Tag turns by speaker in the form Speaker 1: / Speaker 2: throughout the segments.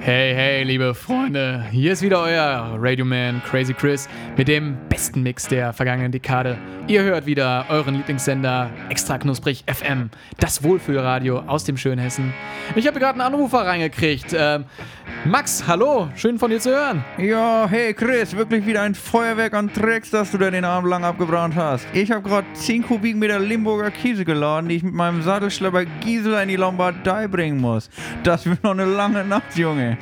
Speaker 1: Hey, hey, liebe Freunde, hier ist wieder euer Radioman Crazy Chris mit dem besten Mix der vergangenen Dekade. Ihr hört wieder euren Lieblingssender Extra Knusprig FM, das Wohlfühlradio aus dem schönen Hessen. Ich habe gerade einen Anrufer reingekriegt. Ähm, Max, hallo, schön von dir zu hören.
Speaker 2: Ja, hey Chris, wirklich wieder ein Feuerwerk an Tricks, das du da den Abend lang abgebrannt hast. Ich habe gerade 10 Kubikmeter Limburger Käse geladen, die ich mit meinem Sattelschlepper Gisela in die Lombardei bringen muss. Das wird noch eine lange Nacht, Junge.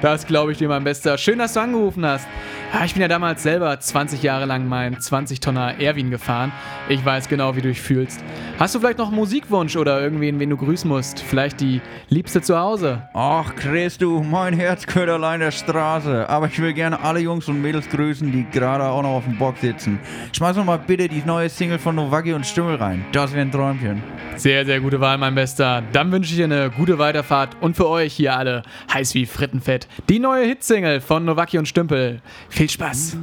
Speaker 1: das glaube ich dir, mein Bester. Schön, dass du angerufen hast. Ah, Ich bin ja damals selber 20 Jahre lang meinen 20-Tonner Erwin gefahren. Ich weiß genau, wie du dich fühlst. Hast du vielleicht noch einen Musikwunsch oder irgendwen, wen du grüßen musst? Vielleicht die Liebste zu Hause?
Speaker 2: Ach Chris, du, mein Herz gehört allein der Straße. Aber ich will gerne alle Jungs und Mädels grüßen, die gerade auch noch auf dem Bock sitzen. Schmeiß doch mal bitte die neue Single von Novaki und Stimmel rein. Das wäre ein Träumchen.
Speaker 1: Sehr, sehr gute Wahl, mein Bester. Dann wünsche ich dir eine gute Weiterfahrt und für euch hier alle, heiß wie Frittenfett, die neue Hitsingle von Nowaki und Stümpel. Viel Spaß!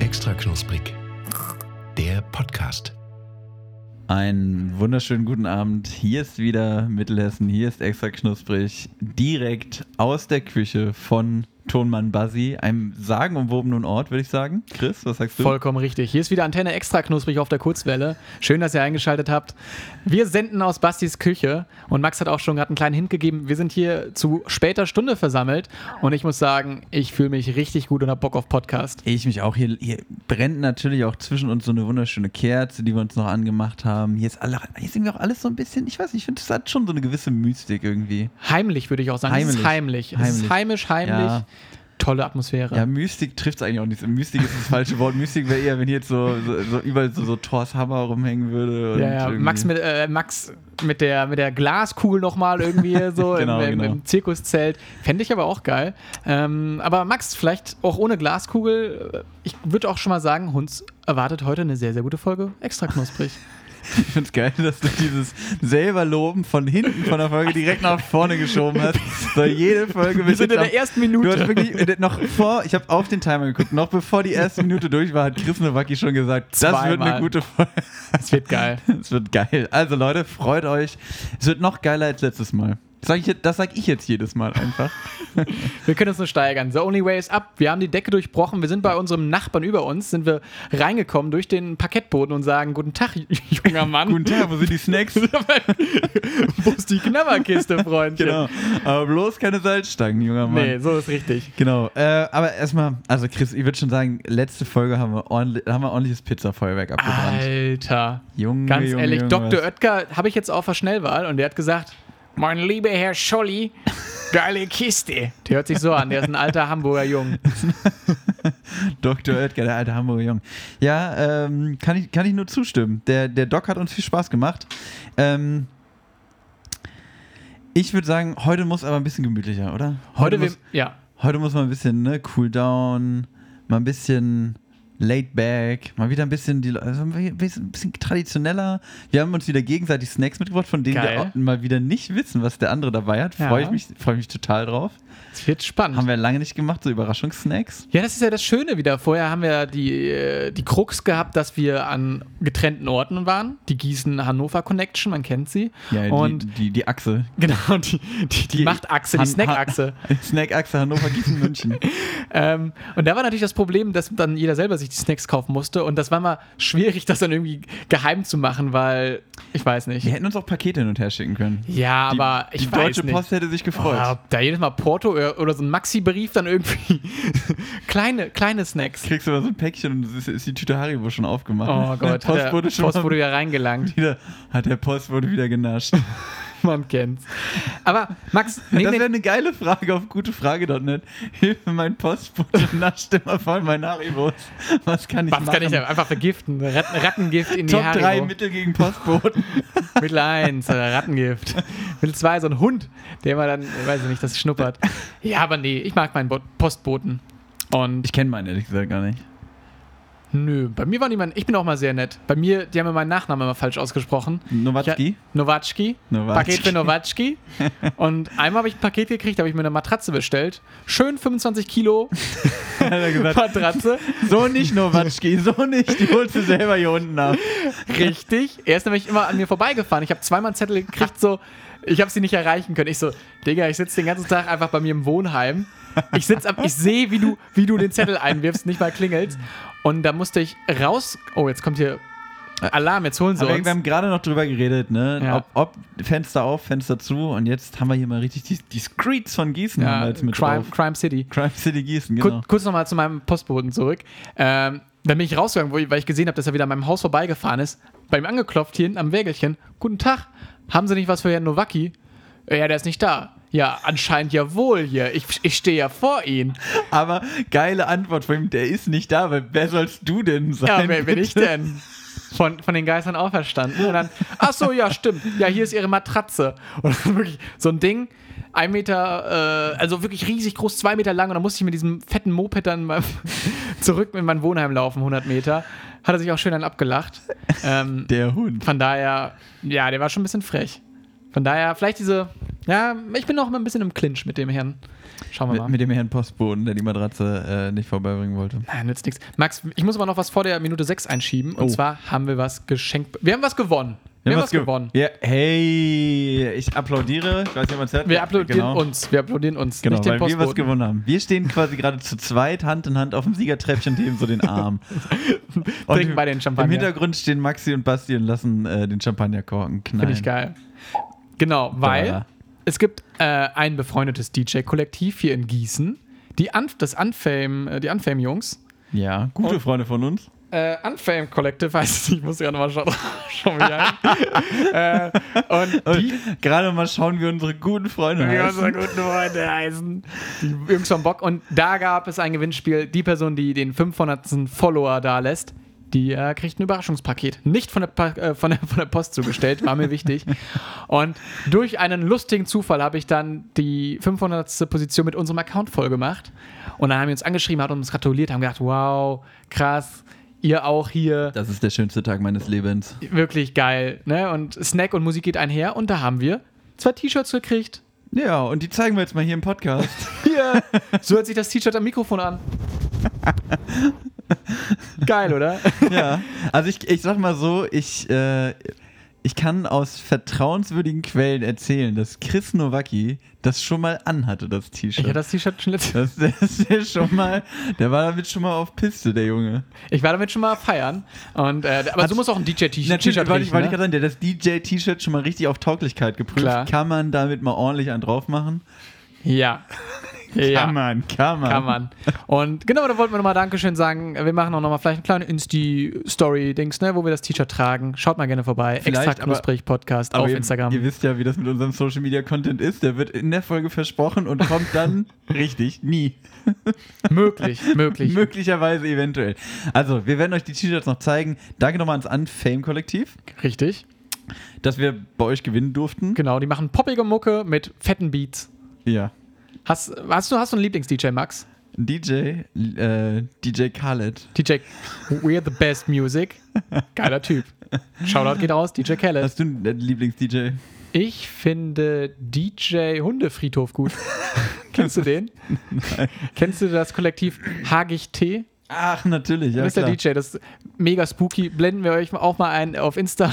Speaker 3: Extra knusprig. Der Podcast.
Speaker 2: Einen wunderschönen guten Abend. Hier ist wieder Mittelhessen. Hier ist extra knusprig. Direkt aus der Küche von Tonmann Bassi, einem sagenumwobenen Ort, würde ich sagen. Chris, was sagst du?
Speaker 1: Vollkommen richtig. Hier ist wieder Antenne extra knusprig auf der Kurzwelle. Schön, dass ihr eingeschaltet habt. Wir senden aus Bastis Küche und Max hat auch schon gerade einen kleinen Hint gegeben. Wir sind hier zu später Stunde versammelt und ich muss sagen, ich fühle mich richtig gut und hab Bock auf Podcast.
Speaker 2: Ich mich auch. Hier, hier brennt natürlich auch zwischen uns so eine wunderschöne Kerze, die wir uns noch angemacht haben. Hier ist, alle, hier ist irgendwie auch alles so ein bisschen, ich weiß nicht, ich finde, das hat schon so eine gewisse Mystik irgendwie.
Speaker 1: Heimlich würde ich auch sagen. Es ist heimlich.
Speaker 2: Heimlich.
Speaker 1: Es ist heimisch, heimlich.
Speaker 2: Ja.
Speaker 1: Tolle Atmosphäre.
Speaker 2: Ja, Mystik trifft es eigentlich auch nicht. Mystik ist das falsche Wort. Mystik wäre eher, wenn hier jetzt so, so, so überall so, so Thors Hammer rumhängen würde. Und
Speaker 1: Ja, ja.
Speaker 2: irgendwie-
Speaker 1: Max mit, äh, Max mit der mit der Glaskugel nochmal irgendwie so
Speaker 2: Genau,
Speaker 1: im, im,
Speaker 2: genau.
Speaker 1: im Zirkuszelt. Fände ich aber auch geil. Ähm, aber Max, vielleicht auch ohne Glaskugel, äh, ich würde auch schon mal sagen, uns erwartet heute eine sehr, sehr gute Folge. Extra knusprig.
Speaker 2: Ich find's geil, dass du dieses selber Loben von hinten von der Folge direkt nach vorne geschoben hast. So jede Folge
Speaker 1: Wir sind in der ersten Minute.
Speaker 2: Du hast wirklich noch vor, ich habe auf den Timer geguckt, noch bevor die erste Minute durch war, hat Chris Nowacki schon gesagt, das wird
Speaker 1: Zweimal.
Speaker 2: eine gute Folge.
Speaker 1: Das wird geil.
Speaker 2: Es wird geil. Also Leute, freut euch. Es wird noch geiler als letztes Mal. Das sag ich, jetzt- das sag ich jetzt jedes Mal einfach.
Speaker 1: Wir können uns nur steigern. The only way is up. Wir haben die Decke durchbrochen. Wir sind bei unserem Nachbarn über uns, sind wir reingekommen durch den Parkettboden und sagen, guten Tag, junger Mann.
Speaker 2: Guten Tag, wo sind die Snacks?
Speaker 1: Wo ist die Knabberkiste, Freundchen?
Speaker 2: Genau. Aber bloß keine Salzstangen, junger Mann.
Speaker 1: Nee, so ist richtig.
Speaker 2: Genau, äh, aber erstmal, also Chris, ich würde schon sagen, letzte Folge haben wir, ordentlich, haben wir ordentliches Pizzafeuerwerk abgebrannt.
Speaker 1: Alter.
Speaker 2: Junge,
Speaker 1: Ganz
Speaker 2: Junge,
Speaker 1: ehrlich,
Speaker 2: Junge,
Speaker 1: Dr.
Speaker 2: was-
Speaker 1: Oetker habe ich jetzt auf der Schnellwahl und der hat gesagt, mein lieber Herr Scholli, geile Kiste. Der hört sich so an, der ist ein alter Hamburger Jung.
Speaker 2: Dr. Oetker, der alte Hamburger Jung. Ja, ähm, kann, ich, kann ich nur zustimmen. Der, der Doc hat uns viel Spaß gemacht. Ähm, ich würde sagen, heute muss aber ein bisschen gemütlicher, oder?
Speaker 1: Heute, wir,
Speaker 2: muss,
Speaker 1: ja,
Speaker 2: heute muss man ein bisschen ne, cool down, mal ein bisschen laid back, mal wieder ein bisschen, die, Le- also ein bisschen ein bisschen traditioneller. Wir haben uns wieder gegenseitig Snacks mitgebracht, von denen
Speaker 1: Geil.
Speaker 2: wir auch mal wieder nicht wissen, was der andere dabei hat.
Speaker 1: Ja.
Speaker 2: Freue ich, mich- freu ich mich total drauf.
Speaker 1: es wird spannend.
Speaker 2: Haben wir lange nicht gemacht, so Überraschungssnacks.
Speaker 1: Ja, das ist ja das Schöne wieder. Vorher haben wir die, äh, die Krux gehabt, dass wir an getrennten Orten waren. Die Gießen-Hannover Connection, man kennt sie.
Speaker 2: Ja,
Speaker 1: und
Speaker 2: die, die, die Achse.
Speaker 1: genau, die, die, die Machtachse, die
Speaker 2: Han-
Speaker 1: Snackachse.
Speaker 2: Han- Snackachse Hannover, Gießen, München.
Speaker 1: Ähm, und da war natürlich das Problem, dass dann jeder selber sich die Snacks kaufen musste. Und das war mal schwierig, das dann irgendwie geheim zu machen, weil ich weiß nicht.
Speaker 2: Wir
Speaker 1: Ja,
Speaker 2: hätten uns auch Pakete hin und her schicken können. die,
Speaker 1: aber ich
Speaker 2: die
Speaker 1: weiß
Speaker 2: Deutsche
Speaker 1: nicht.
Speaker 2: Post hätte sich gefreut.
Speaker 1: Ah, da jedes Mal Porto oder oder so ein Maxi-Brief dann irgendwie kleine, kleine Snacks.
Speaker 2: Kriegst du mal so ein Päckchen und es ist, ist die Tüte Haribo schon aufgemacht.
Speaker 1: Oh Gott, hat der
Speaker 2: Postbote schon
Speaker 1: Post
Speaker 2: mal
Speaker 1: wurde wieder reingelangt.
Speaker 2: wieder, hat der Postbote wieder genascht.
Speaker 1: Man kennt's. Aber Max, nee,
Speaker 2: das wäre
Speaker 1: nee,
Speaker 2: eine geile Frage auf gutefrage.net. Hilfe, mein Postbote nascht immer voll mein Haribos. Was kann ich
Speaker 1: was
Speaker 2: machen?
Speaker 1: kann ich einfach vergiften? Ratten, Rattengift in die
Speaker 2: Top 3
Speaker 1: Haare.
Speaker 2: Mittel gegen Postboten.
Speaker 1: Mittel 1, äh, Rattengift. Mittel 2, so ein Hund, der mal dann, äh, weiß ich nicht, das schnuppert. Ja, aber nee, ich mag meinen Bo Postboten. Und
Speaker 2: Ich kenne meinen ehrlich gesagt gar nicht.
Speaker 1: nö, bei mir war niemand, ich bin auch mal sehr nett. Bei mir, die haben mir meinen Nachnamen immer falsch ausgesprochen.
Speaker 2: Nowatski?
Speaker 1: Ja, Nowatschki.
Speaker 2: Nowatschki.
Speaker 1: Paket für Nowatschki. Und einmal habe ich ein Paket gekriegt, da habe ich mir eine Matratze bestellt. Schön 25 Kilo.
Speaker 2: hat er gesagt,
Speaker 1: Patratze.
Speaker 2: so nicht Nowatschki, so nicht, die holst du selber hier unten ab.
Speaker 1: Richtig. Er ist nämlich immer an mir vorbeigefahren. Ich habe zweimal einen Zettel gekriegt, so, ich habe sie nicht erreichen können. Ich so, Digga, ich sitze den ganzen Tag einfach bei mir im Wohnheim. Ich sitze ab, ich sehe, wie du, wie du den Zettel einwirfst, nicht mal klingelst. Und da musste ich raus. Oh, jetzt kommt hier Alarm, jetzt holen sie
Speaker 2: Aber
Speaker 1: uns.
Speaker 2: wir haben gerade noch drüber geredet, ne?
Speaker 1: Ja.
Speaker 2: Ob, ob Fenster auf, Fenster zu und jetzt haben wir hier mal richtig die, die Streets von Gießen haben wir
Speaker 1: Ja,
Speaker 2: jetzt mit
Speaker 1: Äh, Crime,
Speaker 2: drauf.
Speaker 1: Crime City.
Speaker 2: Crime City Gießen,
Speaker 1: Kur
Speaker 2: genau.
Speaker 1: Kurz nochmal zu meinem Postboten zurück. Ähm, dann bin ich rausgegangen, wo ich, weil ich gesehen habe, dass er wieder an meinem Haus vorbeigefahren ist. Bei ihm angeklopft, hier hinten am Wägelchen. Guten Tag, haben Sie nicht was für Herrn Nowacki? Äh, Ja, der ist nicht da. Ja, anscheinend ja wohl hier. Ich, ich stehe ja vor Ihnen.
Speaker 2: Aber geile Antwort von ihm, der ist nicht da, weil wer sollst du denn sein?
Speaker 1: Ja, wer bin ich
Speaker 2: bitte?
Speaker 1: denn? Von, von den Geistern auferstanden. Und dann, ach so, ja, stimmt. Ja, hier ist ihre Matratze. Und wirklich so ein Ding, ein Meter, äh, also wirklich riesig groß, zwei Meter lang. Und dann musste ich mit diesem fetten Moped dann mal zurück in mein Wohnheim laufen, 100 Meter. Hat er sich auch schön dann abgelacht. Ähm,
Speaker 2: Der Hund.
Speaker 1: von daher, ja, der war schon ein bisschen frech. Von daher, vielleicht diese, ja, ich bin noch mal ein bisschen im Clinch mit dem Herrn. Schauen wir mal.
Speaker 2: Mit, mit dem Herrn Postboten, der die Matratze äh, nicht vorbeibringen wollte.
Speaker 1: Nein, nützt nichts. Max, ich muss aber noch was vor der Minute 6 einschieben. Und
Speaker 2: Oh.
Speaker 1: zwar haben wir was geschenkt. Wir haben was gewonnen. Wir, haben was
Speaker 2: ge-
Speaker 1: gewonnen.
Speaker 2: Ja, hey, ich applaudiere. Ich weiß nicht, ob man's hört.
Speaker 1: Wir
Speaker 2: Ja,
Speaker 1: applaudieren
Speaker 2: genau.
Speaker 1: uns. Wir applaudieren uns.
Speaker 2: Genau,
Speaker 1: nicht den
Speaker 2: weil wir was
Speaker 1: Postboten.
Speaker 2: gewonnen haben. Wir stehen quasi gerade zu zweit, Hand in Hand auf dem Siegertreppchen, und heben so den Arm. Und
Speaker 1: Trinken beide den Champagner.
Speaker 2: Im Hintergrund stehen Maxi und Basti und lassen äh, den Champagnerkorken knallen.
Speaker 1: Finde ich geil. Genau, weil
Speaker 2: Da.
Speaker 1: es gibt äh, ein befreundetes DJ-Kollektiv hier in Gießen. Die Anf das Unfame, äh, die Unfame-Jungs.
Speaker 2: Ja, gute Freunde von uns.
Speaker 1: Äh, Unfame Collective heißt es. Ich muss gerade mal schauen. schauen wir hier ein. äh, und die,
Speaker 2: Gerade mal schauen, wie unsere guten Freunde
Speaker 1: Wie
Speaker 2: heißen.
Speaker 1: unsere guten Freunde heißen. Die Jungs vom Bock. Und da gab es ein Gewinnspiel. Die Person, die den 500. Follower da lässt, die äh, kriegt ein Überraschungspaket. Nicht von der, Pa- äh, von, der, von der Post zugestellt, war mir wichtig. Und durch einen lustigen Zufall habe ich dann die 500. Position mit unserem Account voll gemacht. Und dann haben die uns angeschrieben, hat uns gratuliert, haben gedacht, wow, krass, ihr auch hier
Speaker 2: Das ist der schönste Tag meines Lebens.
Speaker 1: wirklich geil. Ne? Und Snack und Musik geht einher. Und da haben wir zwei T-Shirts gekriegt.
Speaker 2: Ja, und die zeigen wir jetzt mal hier im Podcast.
Speaker 1: Hier, so hört sich das T-Shirt am Mikrofon an. Geil, oder?
Speaker 2: ja. Also ich, ich sag mal so, ich, äh, ich kann aus vertrauenswürdigen Quellen erzählen, dass Chris Nowacki das schon mal anhatte, das
Speaker 1: Ich
Speaker 2: T-Shirt.
Speaker 1: hatte das T-Shirt schon letztes
Speaker 2: Das, das ist schon mal, der war damit schon mal auf Piste, der Junge.
Speaker 1: Ich war damit schon mal feiern. Und, äh, aber so muss auch ein DJ-T-Shirt
Speaker 2: Natürlich,
Speaker 1: riechen.
Speaker 2: wollte ich, wollte ich
Speaker 1: ne?
Speaker 2: gerade sagen, der hat das DJ-T-Shirt schon mal richtig auf Tauglichkeit geprüft.
Speaker 1: Klar.
Speaker 2: Kann man damit mal ordentlich einen drauf machen?
Speaker 1: Ja. ja.
Speaker 2: Kann man, kann man.
Speaker 1: Kann man. Und genau, da wollten wir nochmal Dankeschön sagen. Wir machen auch nochmal vielleicht eine kleine Insti-Story-Dings, ne, wo wir das T-Shirt tragen. Schaut mal gerne vorbei.
Speaker 2: Vielleicht,
Speaker 1: Extra knusprig Podcast
Speaker 2: Aber
Speaker 1: auf
Speaker 2: ihr,
Speaker 1: Instagram.
Speaker 2: ihr wisst ja, wie das mit unserem Social-Media-Content ist. Der wird in der Folge versprochen und kommt dann richtig nie.
Speaker 1: möglich, möglich.
Speaker 2: Möglicherweise eventuell. Also, wir werden euch die T-Shirts noch zeigen. Danke nochmal ans Unfame-Kollektiv,
Speaker 1: Richtig.
Speaker 2: dass wir bei euch gewinnen durften.
Speaker 1: Genau, die machen poppige Mucke mit fetten Beats.
Speaker 2: Ja.
Speaker 1: Hast, hast, du, hast du einen Lieblings-DJ, Max?
Speaker 2: DJ, äh, DJ Khaled.
Speaker 1: DJ, we're the best music. Geiler Typ. Shoutout geht raus, DJ Khaled.
Speaker 2: Hast du einen Lieblings-DJ?
Speaker 1: Ich finde DJ Hundefriedhof gut. Kennst du den? Kennst du das Kollektiv Hagig T?
Speaker 2: Ach, natürlich, ja.
Speaker 1: Mr.
Speaker 2: Klar.
Speaker 1: DJ, das ist mega spooky. Blenden wir euch auch mal ein auf Insta.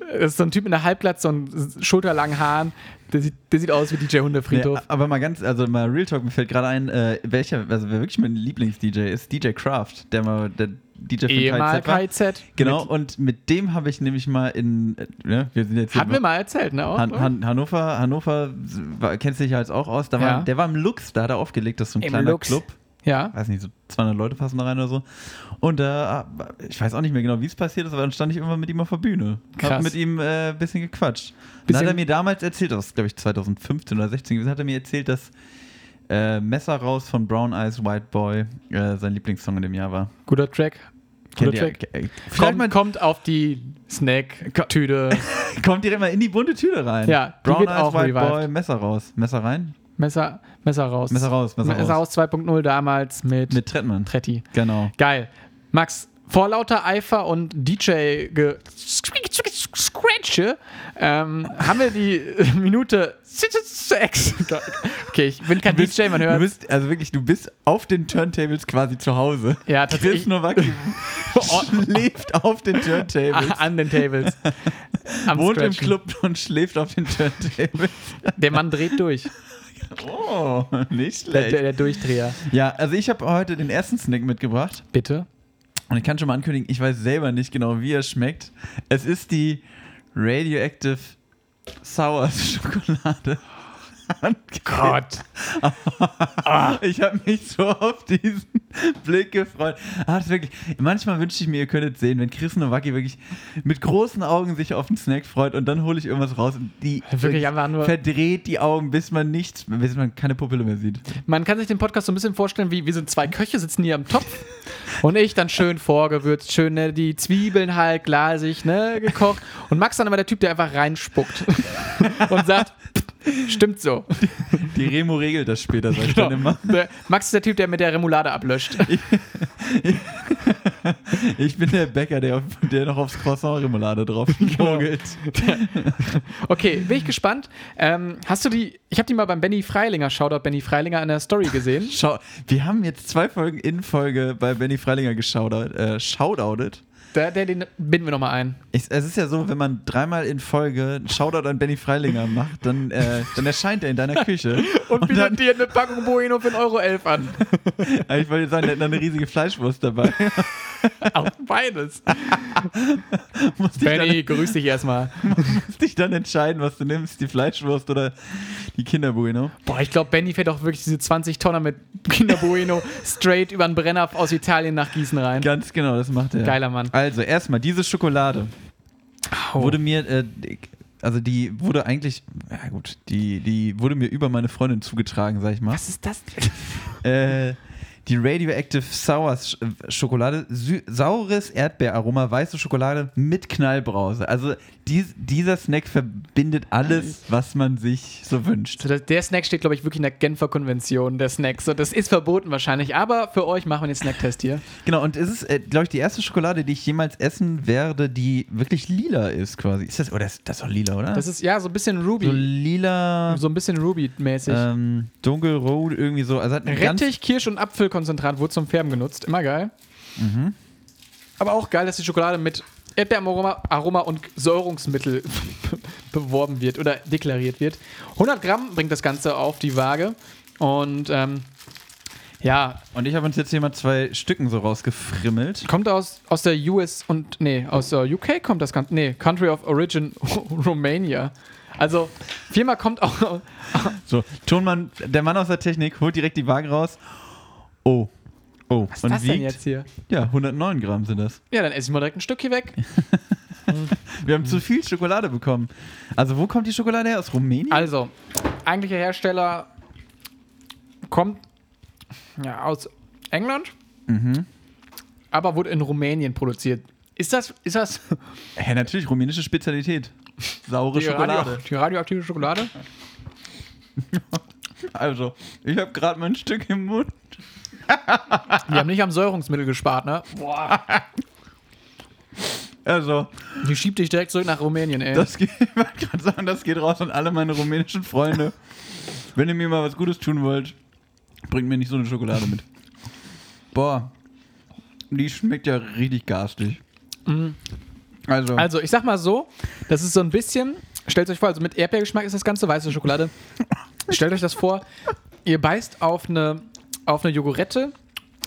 Speaker 1: Das ist so ein Typ mit einer Halbplatz und schulterlangen Haaren. Der sieht, der sieht aus wie DJ
Speaker 2: Nee,
Speaker 1: Hundefriedhof.
Speaker 2: aber mal ganz, also mal Real Talk, mir fällt gerade ein, äh, welcher, also wer wirklich mein Lieblings-DJ ist, DJ Kraft, der mal der DJ von
Speaker 1: Ehemal
Speaker 2: KZ war.
Speaker 1: KZ.
Speaker 2: Genau, und mit dem habe ich nämlich mal in, äh, ne, wir sind jetzt hier
Speaker 1: Hatten wir mal erzählt, ne? Auch,
Speaker 2: Han Han Hannover, Hannover war, kennst du dich ja jetzt auch aus, da war,
Speaker 1: Ja.
Speaker 2: der war im Lux, da hat er aufgelegt, das ist so ein
Speaker 1: Im
Speaker 2: kleiner
Speaker 1: Lux.
Speaker 2: Club.
Speaker 1: ja.
Speaker 2: Weiß nicht, so 200 Leute passen da rein oder so. Und da, ich weiß auch nicht mehr genau, wie es passiert ist, aber dann stand ich immer mit ihm auf der Bühne.
Speaker 1: Krass.
Speaker 2: Hab mit ihm äh, ein bisschen gequatscht. Dann
Speaker 1: Bisschen-
Speaker 2: hat er mir damals erzählt, das ist glaube ich 2015 oder 16 gewesen, hat er mir erzählt, dass äh, Messer raus von Brown Eyes White Boy äh, sein Lieblingssong in dem Jahr war.
Speaker 1: Guter Track. Guter
Speaker 2: Kennt ihr-
Speaker 1: Track.
Speaker 2: äh,
Speaker 1: Kommt,
Speaker 2: Vielleicht mal,
Speaker 1: kommt auf die Snack-Tüte.
Speaker 2: kommt direkt mal in die bunte Tüte rein.
Speaker 1: Ja, die
Speaker 2: Brown
Speaker 1: wird
Speaker 2: Eyes
Speaker 1: auch
Speaker 2: White
Speaker 1: revived.
Speaker 2: Boy, Messer raus. Messer rein?
Speaker 1: Messer, Messer raus.
Speaker 2: Messer raus, Messer raus.
Speaker 1: Messer raus 2.0 damals mit,
Speaker 2: Mit Trettmann.
Speaker 1: Tretti.
Speaker 2: Genau.
Speaker 1: Geil. Max, Vor lauter Eifer und DJ ge Scratche ähm, haben wir die äh, Minute 6. Okay, ich bin kein DJ, man
Speaker 2: Du
Speaker 1: hört.
Speaker 2: bist, also wirklich, du bist auf den Turntables quasi zu Hause.
Speaker 1: Ja,
Speaker 2: Chris
Speaker 1: tatsächlich. Oh.
Speaker 2: Nowacki schläft auf den Turntables.
Speaker 1: an den Tables. Am
Speaker 2: Wohnt im
Speaker 1: Ah, Scratchen.
Speaker 2: Club und schläft auf den Turntables.
Speaker 1: Der Mann dreht durch.
Speaker 2: Oh, nicht
Speaker 1: Der, der,
Speaker 2: schlecht.
Speaker 1: der Durchdreher.
Speaker 2: Ja, also ich habe heute den ersten Snack mitgebracht.
Speaker 1: Bitte?
Speaker 2: Und ich kann schon mal ankündigen, ich weiß selber nicht genau, wie er schmeckt. Es ist die Radioactive Sour Schokolade.
Speaker 1: Gott.
Speaker 2: Ich habe mich so auf diesen Blick gefreut. Ah, das ist wirklich, manchmal wünschte ich mir, ihr könntet sehen, wenn Chris Nowacki wirklich mit großen Augen sich auf den Snack freut und dann hole ich irgendwas raus und die
Speaker 1: Wirklich einfach nur-
Speaker 2: verdreht die Augen, bis man nichts, bis man keine Pupille mehr sieht.
Speaker 1: Man kann sich den Podcast so ein bisschen vorstellen, wie wir sind zwei Köche, sitzen hier am Topf und ich dann schön vorgewürzt, schön ne, die Zwiebeln halt glasig ne, gekocht und Max dann immer der Typ, der einfach reinspuckt und sagt, "Pff, stimmt so.
Speaker 2: Die Remo regelt das später, sag ich
Speaker 1: Genau.
Speaker 2: dann immer.
Speaker 1: Der- Max ist der Typ, der mit der Remoulade ablöscht.
Speaker 2: Ich bin der Bäcker, der, auf, der noch aufs Croissant Remoulade drauf
Speaker 1: Genau.
Speaker 2: mogelt.
Speaker 1: Okay, bin ich gespannt. Ähm, hast du die, ich habe die mal beim Benny Freilinger, Shoutout Benny Freilinger, an der Story gesehen.
Speaker 2: Schau, wir haben jetzt zwei Folgen in Folge bei Benny Freilinger geschaudert, äh, shoutoutet.
Speaker 1: Da, der, den binden wir nochmal ein.
Speaker 2: Ich, es ist ja so, wenn man dreimal in Folge einen Shoutout an Benny Freilinger macht, dann, äh, dann erscheint er in deiner Küche.
Speaker 1: Und, bietet
Speaker 2: dann,
Speaker 1: dir eine Packung Bueno für 1,11 Euro an.
Speaker 2: Ah, ich wollte sagen, der hat noch eine riesige Fleischwurst dabei.
Speaker 1: Auch beides.
Speaker 2: musst, dich dann,
Speaker 1: Benny, grüß dich erstmal.
Speaker 2: musst dich dann entscheiden, was du nimmst, die Fleischwurst oder die Kinderbueno.
Speaker 1: Boah, ich glaube, Benny fährt auch wirklich diese 20 Tonner mit Kinder Bueno straight über den Brenner aus Italien nach Gießen rein.
Speaker 2: Ganz genau, das macht er.
Speaker 1: Geiler Mann.
Speaker 2: Also, erstmal, diese Schokolade
Speaker 1: Oh.
Speaker 2: wurde mir, äh, also die wurde eigentlich, ja gut, die, die wurde mir über meine Freundin zugetragen, sag ich mal.
Speaker 1: Was ist das?
Speaker 2: Äh, die Radioactive Sour Sch- äh, Schokolade, sü saures Erdbeeraroma, weiße Schokolade mit Knallbrause. Also dies, dieser Snack verbindet alles, was man sich so wünscht.
Speaker 1: So, das- Der Snack steht, glaube ich, wirklich in der Genfer Konvention der Snacks. So, das ist verboten wahrscheinlich, aber für euch machen wir den Snacktest hier.
Speaker 2: Genau, und es ist, äh, glaube ich, die erste Schokolade, die ich jemals essen werde, die wirklich lila ist quasi. Ist das, oh, das, das ist doch lila, oder?
Speaker 1: Das ist ja Ah. so Äh. ein bisschen
Speaker 2: so
Speaker 1: Ruby,
Speaker 2: lila,
Speaker 1: so ein bisschen Ruby-mäßig.
Speaker 2: ähm, dunkelrot, irgendwie so. Also hat eine ganz
Speaker 1: Rettich, Kirsch und Apfelkonzentrat wurde zum Färben genutzt. Immer geil. Aber auch geil, dass die Schokolade mit Erdbeeraroma Aroma und Säurungsmittel beworben wird oder deklariert wird. 100 Gramm bringt das Ganze auf die Waage. Und ähm, ja,
Speaker 2: Und ich habe uns jetzt hier mal zwei Stücken so rausgefrimmelt.
Speaker 1: kommt aus, aus der US und nee, aus der UK kommt das Ganze. Nee, Country of Origin Romania. Also, Firma kommt auch.
Speaker 2: So, Tonmann, der Mann aus der Technik holt direkt die Waage raus. Oh. Oh.
Speaker 1: Was ist das denn jetzt hier?
Speaker 2: Ja, 109 Gramm sind das.
Speaker 1: Ja, dann esse ich mal direkt ein Stück hier weg.
Speaker 2: Wir haben zu
Speaker 1: Hm.
Speaker 2: viel Schokolade bekommen. Also, wo kommt die Schokolade her? Aus Rumänien?
Speaker 1: Also, eigentlicher Hersteller kommt ja, aus England,
Speaker 2: Mhm.
Speaker 1: aber wurde in Rumänien produziert. Ist das, ist das
Speaker 2: Hä, natürlich, rumänische Spezialität. Saure
Speaker 1: die,
Speaker 2: Schokolade.
Speaker 1: Radio, die radioaktive Schokolade?
Speaker 2: Also, ich habe gerade mein Stück im Mund.
Speaker 1: Die haben nicht am Säurungsmittel gespart, ne? Boah,
Speaker 2: Also,
Speaker 1: die schiebt dich direkt zurück nach Rumänien, ey.
Speaker 2: das geht, ich wollte gerade sagen, das geht raus an alle meine rumänischen Freunde. Wenn ihr mir mal was Gutes tun wollt, bringt mir nicht so eine Schokolade mit. Boah, die schmeckt ja richtig garstig.
Speaker 1: Mhm.
Speaker 2: Also,
Speaker 1: also, ich sag mal so, das ist so ein bisschen, stellt euch vor, also mit Erdbeergeschmack ist das Ganze weiße Schokolade. stellt euch das vor, ihr beißt auf eine, auf eine Jogurette,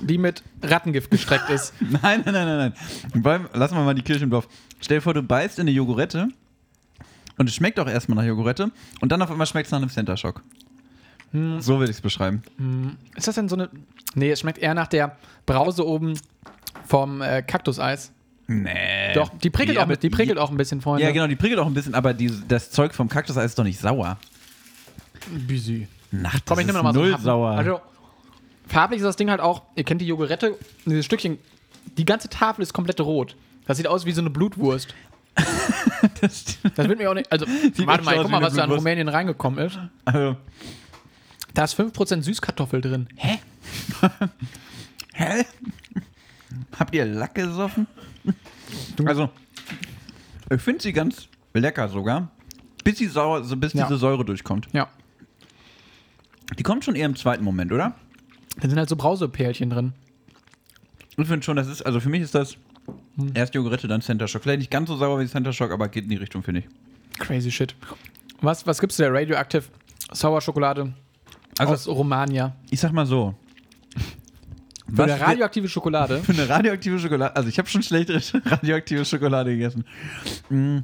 Speaker 1: die mit Rattengift gestreckt ist.
Speaker 2: nein, nein, nein, nein, nein. Beim, lassen wir mal die Kirche im Dorf. Stell dir vor, du beißt in eine Jogurette und es schmeckt auch erstmal nach Jogurette und dann auf einmal schmeckt es nach einem Center Shock.
Speaker 1: Hm.
Speaker 2: So würde ich es beschreiben.
Speaker 1: Ist das denn so eine. Nee, es schmeckt eher nach der Brause oben vom äh, Kaktuseis.
Speaker 2: Nee.
Speaker 1: Doch, die prickelt,
Speaker 2: Äh, ja,
Speaker 1: auch, mit- ne? die
Speaker 2: aber-
Speaker 1: prickelt auch ein bisschen, Freunde.
Speaker 2: Ja, genau, die prickelt auch ein bisschen, aber die, das Zeug vom Kaktuseis ist doch nicht sauer.
Speaker 1: Busy.
Speaker 2: Nacht,
Speaker 1: Komm, ich nehme nochmal so einen
Speaker 2: null
Speaker 1: Happen.
Speaker 2: sauer.
Speaker 1: Also, farblich ist das Ding halt auch. Ihr kennt die Jogurette, dieses Stückchen. Die ganze Tafel ist komplett rot. Das sieht aus wie so eine Blutwurst.
Speaker 2: das,
Speaker 1: Das wird mir auch nicht. Also, warte
Speaker 2: echt
Speaker 1: mal,
Speaker 2: aus
Speaker 1: guck
Speaker 2: wie
Speaker 1: mal,
Speaker 2: eine
Speaker 1: was da in
Speaker 2: Blutwurst.
Speaker 1: Rumänien reingekommen ist.
Speaker 2: also,
Speaker 1: Da ist 5% Süßkartoffel drin. Hä?
Speaker 2: hä? Habt Habt ihr Lack gesoffen? Also, ich finde sie ganz lecker sogar. Bis, die Sau so bis
Speaker 1: Ja.
Speaker 2: diese Säure durchkommt.
Speaker 1: Ja.
Speaker 2: Die kommt schon eher im zweiten Moment, oder?
Speaker 1: Da sind halt so Brausepärchen drin.
Speaker 2: Ich finde schon, das ist, also für mich ist das
Speaker 1: Hm.
Speaker 2: erst Jogurette, dann Center Shock. Vielleicht nicht ganz so sauer wie Center Shock, aber geht in die Richtung, finde ich.
Speaker 1: Crazy shit. Was, was gibst du der Radioactive Sour Schokolade
Speaker 2: Also-
Speaker 1: aus Romania?
Speaker 2: Ich sag mal so.
Speaker 1: Für
Speaker 2: Was
Speaker 1: eine
Speaker 2: wir-
Speaker 1: radioaktive Schokolade.
Speaker 2: für eine radioaktive Schokolade. Also ich habe schon schlechtere radioaktive Schokolade gegessen. Mm.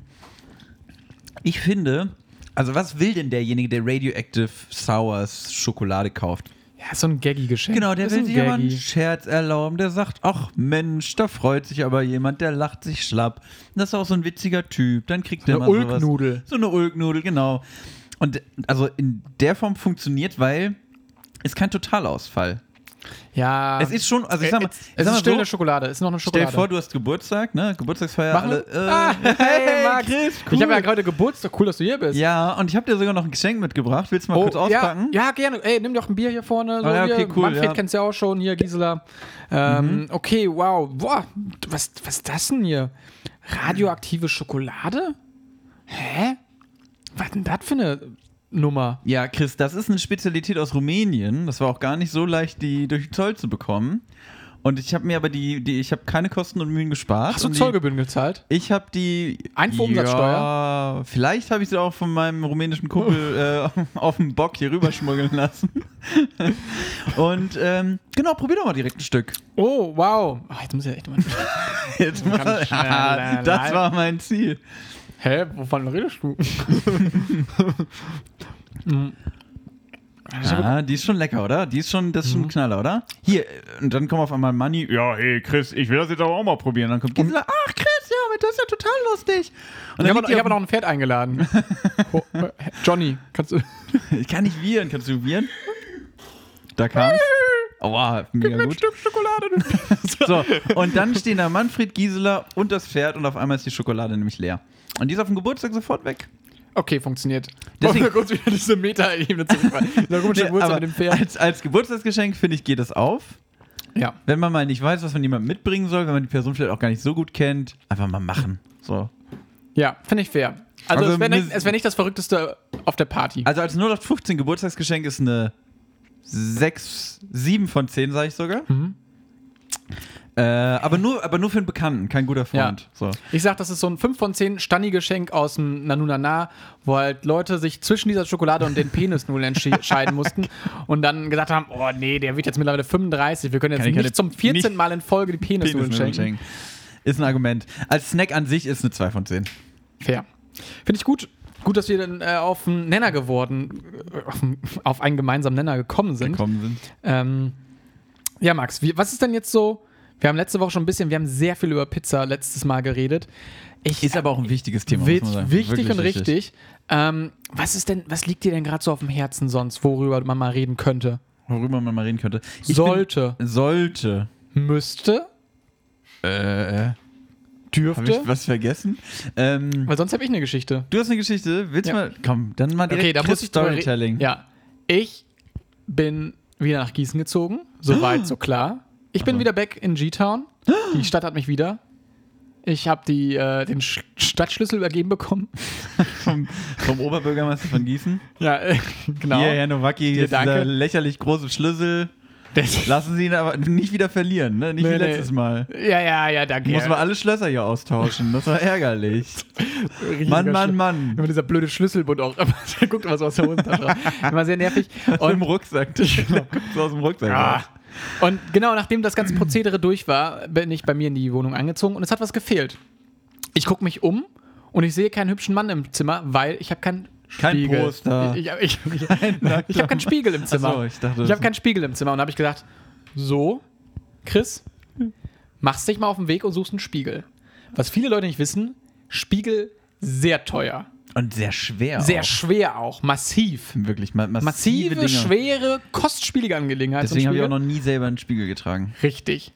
Speaker 2: Ich finde, also was will denn derjenige, der Radioactive Sours Schokolade kauft?
Speaker 1: Ja, ist so ein Gaggy-Geschenk.
Speaker 2: Genau, der
Speaker 1: ist
Speaker 2: will
Speaker 1: ein
Speaker 2: sich aber einen
Speaker 1: Gaggy.
Speaker 2: Scherz erlauben. Der sagt, ach Mensch, da freut sich aber jemand, der lacht sich schlapp. Das ist auch so ein witziger Typ. Dann kriegt der
Speaker 1: eine
Speaker 2: mal sowas.
Speaker 1: Ulknudel.
Speaker 2: So eine Ulknudel, genau. Und also in der Form funktioniert, weil es kein Totalausfall.
Speaker 1: Ja.
Speaker 2: Es ist schon, also ich
Speaker 1: Äh,
Speaker 2: sag mal,
Speaker 1: es,
Speaker 2: ich
Speaker 1: es
Speaker 2: sag
Speaker 1: ist
Speaker 2: mal
Speaker 1: still
Speaker 2: so,
Speaker 1: in der Schokolade. Es ist noch eine
Speaker 2: Stell
Speaker 1: Schokolade.
Speaker 2: dir vor, du hast Geburtstag, ne? Geburtstagsfeier
Speaker 1: Mach
Speaker 2: alle. äh,
Speaker 1: mal. ah, hey, Max. Ich habe ja gerade Geburtstag. Cool, dass du hier bist.
Speaker 2: ja, und ich habe dir sogar noch ein Geschenk mitgebracht. Willst du mal
Speaker 1: Oh,
Speaker 2: kurz auspacken?
Speaker 1: Ja, ja, gerne. Ey, nimm doch ein Bier hier vorne. So
Speaker 2: Ah, ja, okay,
Speaker 1: hier.
Speaker 2: cool,
Speaker 1: Manfred
Speaker 2: ja.
Speaker 1: kennst du ja auch schon. Hier, Gisela. Ähm, Okay, wow. Boah, was, was ist das denn hier? Radioaktive Schokolade? Hä? Was denn das für eine Nummer?
Speaker 2: Ja, Chris, das ist eine Spezialität aus Rumänien. Das war auch gar nicht so leicht, die durch den Zoll zu bekommen. Und ich habe mir aber die, die ich habe keine Kosten und Mühen gespart.
Speaker 1: Hast du
Speaker 2: und die-
Speaker 1: Zollgebühren gezahlt?
Speaker 2: Ich habe die
Speaker 1: Einfuhrumsatzsteuer?
Speaker 2: Ja, vielleicht habe ich sie auch von meinem rumänischen Kumpel äh, auf dem Bock hier rüberschmuggeln lassen. und ähm, genau, probier doch mal direkt ein Stück.
Speaker 1: Oh, wow. Ach, jetzt muss ich echt mal.
Speaker 2: Jetzt mal,
Speaker 1: Ganz schnell.
Speaker 2: das war mein Ziel.
Speaker 1: Hä? Wovon redest du?
Speaker 2: Ja, die ist schon lecker, oder? Die ist schon, das ist
Speaker 1: Mhm.
Speaker 2: schon ein Knaller, oder? Hier, äh, und dann kommt auf einmal Manni, ja, hey Chris, ich will das jetzt aber auch mal probieren. Dann kommt Gisela, ach Chris, ja, aber das ist ja total lustig. Und
Speaker 1: Ich
Speaker 2: dann
Speaker 1: habe
Speaker 2: liegt
Speaker 1: ich
Speaker 2: die
Speaker 1: hab noch
Speaker 2: auf-
Speaker 1: ein Pferd eingeladen. Oh, äh, Johnny, kannst du.
Speaker 2: ich kann nicht wieren, kannst du wieren? Da kam's. Aua, mega gut.
Speaker 1: Stück Schokolade.
Speaker 2: So, und dann stehen da Manfred, Gisela und das Pferd und auf einmal ist die Schokolade nämlich leer. Und die ist auf dem Geburtstag sofort weg.
Speaker 1: Okay, funktioniert.
Speaker 2: Deswegen-
Speaker 1: Deswegen kurz wieder diese Meta-Ebene zurückfallen. Da kommt schon Wurzel
Speaker 2: aber
Speaker 1: mit dem Pferd.
Speaker 2: Als, als Geburtstagsgeschenk, finde ich, geht das auf.
Speaker 1: Ja.
Speaker 2: Wenn man mal nicht weiß, was man jemandem mitbringen soll, wenn man die Person vielleicht auch gar nicht so gut kennt, einfach mal machen. So.
Speaker 1: Ja, finde ich fair. Also,
Speaker 2: Also
Speaker 1: es wäre nicht,
Speaker 2: mir-
Speaker 1: es wär nicht das Verrückteste auf der Party.
Speaker 2: Also als 0815 Geburtstagsgeschenk ist eine 6, 7 von 10, sage ich sogar.
Speaker 1: Mhm.
Speaker 2: Äh, aber, nur, aber nur für einen Bekannten, kein guter Freund.
Speaker 1: Ja.
Speaker 2: So.
Speaker 1: Ich sag, das ist so ein 5 von 10 Stanni-Geschenk aus dem Nanunana, wo halt Leute sich zwischen dieser Schokolade und den Penisnudeln entschi- entscheiden mussten und dann gesagt haben, oh nee, der wird jetzt mittlerweile 35, wir können jetzt
Speaker 2: Kann ich keine-
Speaker 1: nicht zum 14
Speaker 2: nicht-
Speaker 1: Mal in Folge die Penisnudeln,
Speaker 2: Penisnudeln
Speaker 1: schenken.
Speaker 2: schenken. Ist ein Argument. Als Snack an sich ist eine 2 von 10.
Speaker 1: Fair. Finde ich gut. Gut, dass wir dann äh, auf einen Nenner geworden, äh, auf, einen- auf einen gemeinsamen Nenner gekommen sind.
Speaker 2: Gekommen sind.
Speaker 1: Ähm, ja, Max, wie, was ist denn jetzt so? Wir haben letzte Woche schon ein bisschen, wir haben sehr viel über Pizza letztes Mal geredet. Ich,
Speaker 2: Ist aber auch ein wichtiges Thema.
Speaker 1: Wit-
Speaker 2: muss man sagen.
Speaker 1: wichtig
Speaker 2: Wirklich
Speaker 1: und richtig. Ähm, was ist denn, was liegt dir denn gerade so auf dem Herzen sonst, worüber man mal reden könnte?
Speaker 2: Worüber man mal reden könnte. Ich bin-
Speaker 1: Sollte,
Speaker 2: sollte.
Speaker 1: müsste,
Speaker 2: Äh, habe
Speaker 1: dürfte?
Speaker 2: ich was vergessen? Ähm,
Speaker 1: Weil sonst habe ich eine Geschichte.
Speaker 2: du hast eine Geschichte. Willst du
Speaker 1: Ja.
Speaker 2: mal. Komm, dann mal direkt
Speaker 1: Okay, da
Speaker 2: Chris
Speaker 1: muss ich drüber re-
Speaker 2: Storytelling.
Speaker 1: Ja. Ich bin wieder nach Gießen gezogen. Soweit, so klar. Ich
Speaker 2: Also.
Speaker 1: bin wieder back in G-Town. Die Stadt hat mich wieder. Ich habe die, äh, den Sch Stadtschlüssel übergeben bekommen.
Speaker 2: Vom, vom Oberbürgermeister von Gießen.
Speaker 1: Ja, äh, genau.
Speaker 2: Hier, Herr Nowacki, hier ist
Speaker 1: danke.
Speaker 2: dieser lächerlich große Schlüssel.
Speaker 1: Das-
Speaker 2: Lassen Sie ihn aber nicht wieder verlieren, ne? Nicht
Speaker 1: Nee,
Speaker 2: wie
Speaker 1: nee.
Speaker 2: letztes Mal.
Speaker 1: ja, ja, ja, danke.
Speaker 2: Muss man alle Schlösser hier austauschen. Das war ärgerlich.
Speaker 1: Riesiger
Speaker 2: Mann, Mann,
Speaker 1: Schl-
Speaker 2: Mann.
Speaker 1: Immer dieser blöde Schlüsselbund auch. Der guckt immer so aus der Hosentasche raus. Immer sehr nervig. Und
Speaker 2: Im Rucksack. Genau. Kommst du aus dem Rucksack. raus.
Speaker 1: Ah. Und genau nachdem das ganze Prozedere durch war, bin ich bei mir in die Wohnung angezogen und es hat was gefehlt. Ich gucke mich um und ich sehe keinen hübschen Mann im Zimmer, weil ich habe keinen
Speaker 2: Kein
Speaker 1: Spiegel.
Speaker 2: Poster.
Speaker 1: Ich, ich, ich, ich habe keinen Spiegel im Zimmer.
Speaker 2: Ach so, ich dachte,
Speaker 1: habe keinen Spiegel im Zimmer und habe ich gedacht, so, Chris, machst dich mal auf den Weg und suchst einen Spiegel. Was viele Leute nicht wissen, Spiegel sehr teuer,
Speaker 2: Und sehr schwer.
Speaker 1: sehr
Speaker 2: auch.
Speaker 1: schwer auch, massiv.
Speaker 2: Wirklich, ma massive,
Speaker 1: Massive,
Speaker 2: Dinge.
Speaker 1: schwere, kostspielige Angelegenheit. so ein
Speaker 2: Deswegen habe ich
Speaker 1: Spiegel.
Speaker 2: auch noch nie selber einen Spiegel getragen.
Speaker 1: Richtig.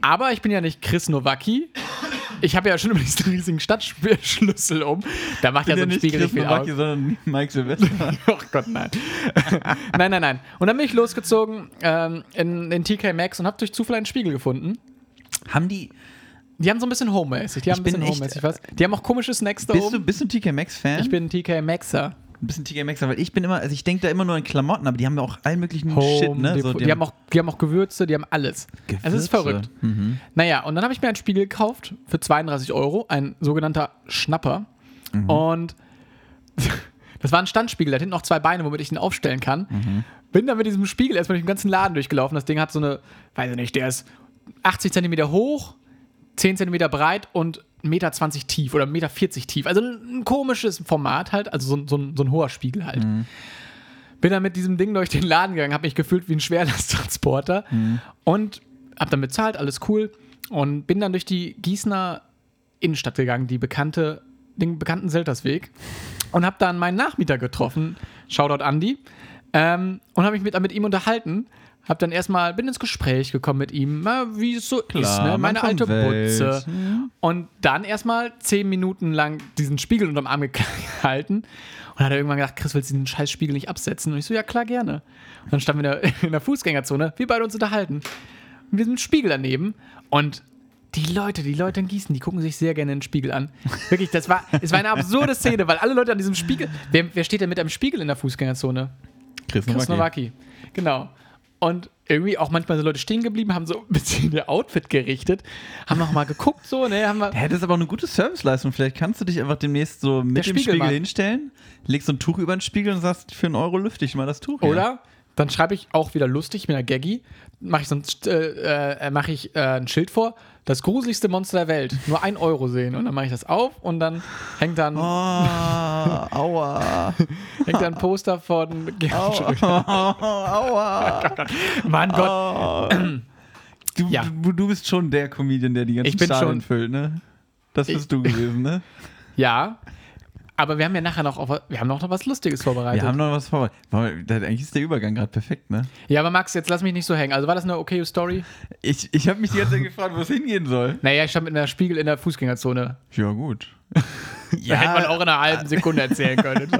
Speaker 1: Aber ich bin ja nicht Chris Nowacki. Ich habe ja schon über diesen riesigen Stadtschlüssel um. Da macht ja so ein Spiegel nicht viel aus.
Speaker 2: sondern Mike Silvester.
Speaker 1: Oh Gott, nein. nein, nein, nein. Und dann bin ich losgezogen ähm, in, in TK Maxx und habe durch Zufall einen Spiegel gefunden.
Speaker 2: Haben die.
Speaker 1: Die haben so ein bisschen homemäßig. Die haben
Speaker 2: Ich
Speaker 1: ein bisschen
Speaker 2: bin echt- äh,
Speaker 1: homemäßig was. Die haben auch komische Snacks da
Speaker 2: Bist du,
Speaker 1: oben.
Speaker 2: bist du ein TK Maxx-Fan?
Speaker 1: ich bin TK Maxer.
Speaker 2: ein bisschen TK Maxx, weil ich bin immer, also ich denke da immer nur an Klamotten, aber die haben ja auch allen möglichen Shit,
Speaker 1: Home,
Speaker 2: ne?
Speaker 1: Depot. die, haben auch, die haben auch Gewürze, die haben alles. Also es ist
Speaker 2: Gewürze.
Speaker 1: verrückt. Naja, und dann habe ich mir einen Spiegel gekauft für 32 Euro, ein sogenannter Schnapper. Und das war ein Standspiegel, da hat hinten noch zwei Beine, womit ich den aufstellen kann. Bin dann mit diesem Spiegel erstmal durch den ganzen Laden durchgelaufen. Das Ding hat so eine, weiß ich nicht, der ist 80 Zentimeter hoch, 10 Zentimeter breit und 1,20 Meter tief oder 1,40 Meter tief. Also ein ein komisches Format halt, also so, ein- so, ein, so ein hoher Spiegel halt. Bin dann mit diesem Ding durch den Laden gegangen, habe mich gefühlt wie ein Schwerlasttransporter und habe dann bezahlt, alles cool. Und bin dann durch die Gießener Innenstadt gegangen, die bekannte, den bekannten Seltersweg. Und habe dann meinen Nachmieter getroffen, Shoutout Andi. Ähm, und habe mich mit, mit ihm unterhalten. Hab dann erstmal, bin ins Gespräch gekommen mit ihm, na, wie es so ist, ne?
Speaker 2: man
Speaker 1: meine
Speaker 2: kommt
Speaker 1: alte
Speaker 2: Welt.
Speaker 1: Putze. Und dann erstmal zehn Minuten lang diesen Spiegel unterm Arm gehalten. Und dann hat er irgendwann gedacht, Chris, willst du diesen scheiß Spiegel nicht absetzen? Und ich so, ja klar, gerne. Und dann standen wir in der, in der Fußgängerzone, wir beide uns unterhalten. Mit diesem Spiegel daneben. Und die Leute, die Leute in Gießen, die gucken sich sehr gerne den Spiegel an. Wirklich, das war, es war eine absurde Szene, weil alle Leute an diesem Spiegel. Wer, wer steht denn mit einem Spiegel in der Fußgängerzone?
Speaker 2: Chris Nowacki.
Speaker 1: Krasnowaki. Genau. Und irgendwie auch manchmal so Leute stehen geblieben, haben so ein bisschen ihr Outfit gerichtet, haben auch mal geguckt, so, ne, haben wir.
Speaker 2: Ja, das ist aber auch eine gute Serviceleistung. Vielleicht kannst du dich einfach demnächst so mit dem
Speaker 1: Spiegelmann.
Speaker 2: Spiegel hinstellen, legst so ein Tuch über den Spiegel und sagst, für einen Euro lüfte ich mal das Tuch. hier.
Speaker 1: Oder? Dann schreibe ich auch wieder lustig mit einer Gaggy, mache ich, so ein, äh, äh, mach ich äh, ein Schild vor, das gruseligste Monster der Welt, nur ein Euro sehen. Und dann mache ich das auf und dann hängt dann,
Speaker 2: Ah, aua.
Speaker 1: hängt dann ein Poster von.
Speaker 2: aua.
Speaker 1: Mann Gott,
Speaker 2: Du,
Speaker 1: Ja.
Speaker 2: du, du bist schon der Comedian, der die ganzen
Speaker 1: Ich bin
Speaker 2: Stadien
Speaker 1: schon-
Speaker 2: füllt, ne? Das
Speaker 1: Ich-
Speaker 2: bist du gewesen, ne?
Speaker 1: ja. Aber wir haben ja nachher noch, auf, wir haben noch was Lustiges vorbereitet.
Speaker 2: Wir haben noch was vor. Eigentlich ist der Übergang gerade perfekt, ne?
Speaker 1: ja, aber Max, jetzt lass mich nicht so hängen. Also war das eine okaye Story?
Speaker 2: Ich, ich habe mich die ganze Zeit gefragt, wo es hingehen soll.
Speaker 1: Naja, ich stand mit einer Spiegel in der Fußgängerzone.
Speaker 2: Ja, gut.
Speaker 1: Da hätte man auch in einer halben Sekunde erzählen können.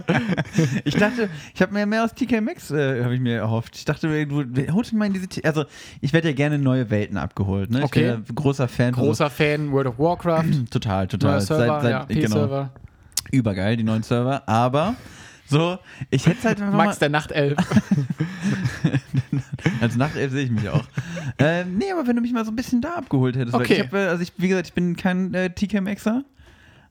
Speaker 2: Ich dachte, ich habe mir mehr aus TK Maxx äh, habe ich mir erhofft. Ich dachte, du du- holt mich mal in diese T also, ich werde ja gerne in neue Welten abgeholt, ne?
Speaker 1: Okay.
Speaker 2: Ich bin ja großer Fan von
Speaker 1: Großer Fan, World of Warcraft,
Speaker 2: so, total,
Speaker 1: neuer
Speaker 2: total.
Speaker 1: Server, ja,
Speaker 2: genau.
Speaker 1: P-Server.
Speaker 2: Übergeil, die neuen Server, aber so, ich hätte halt einfach
Speaker 1: Max
Speaker 2: mal,
Speaker 1: der Nachtelf.
Speaker 2: als Nachtelf Also, sehe ich mich auch. ähm, nee, aber wenn du mich mal so ein bisschen da abgeholt hättest,
Speaker 1: Okay.
Speaker 2: weil ich hab, äh, also ich wie gesagt, ich bin kein äh, TK Maxer,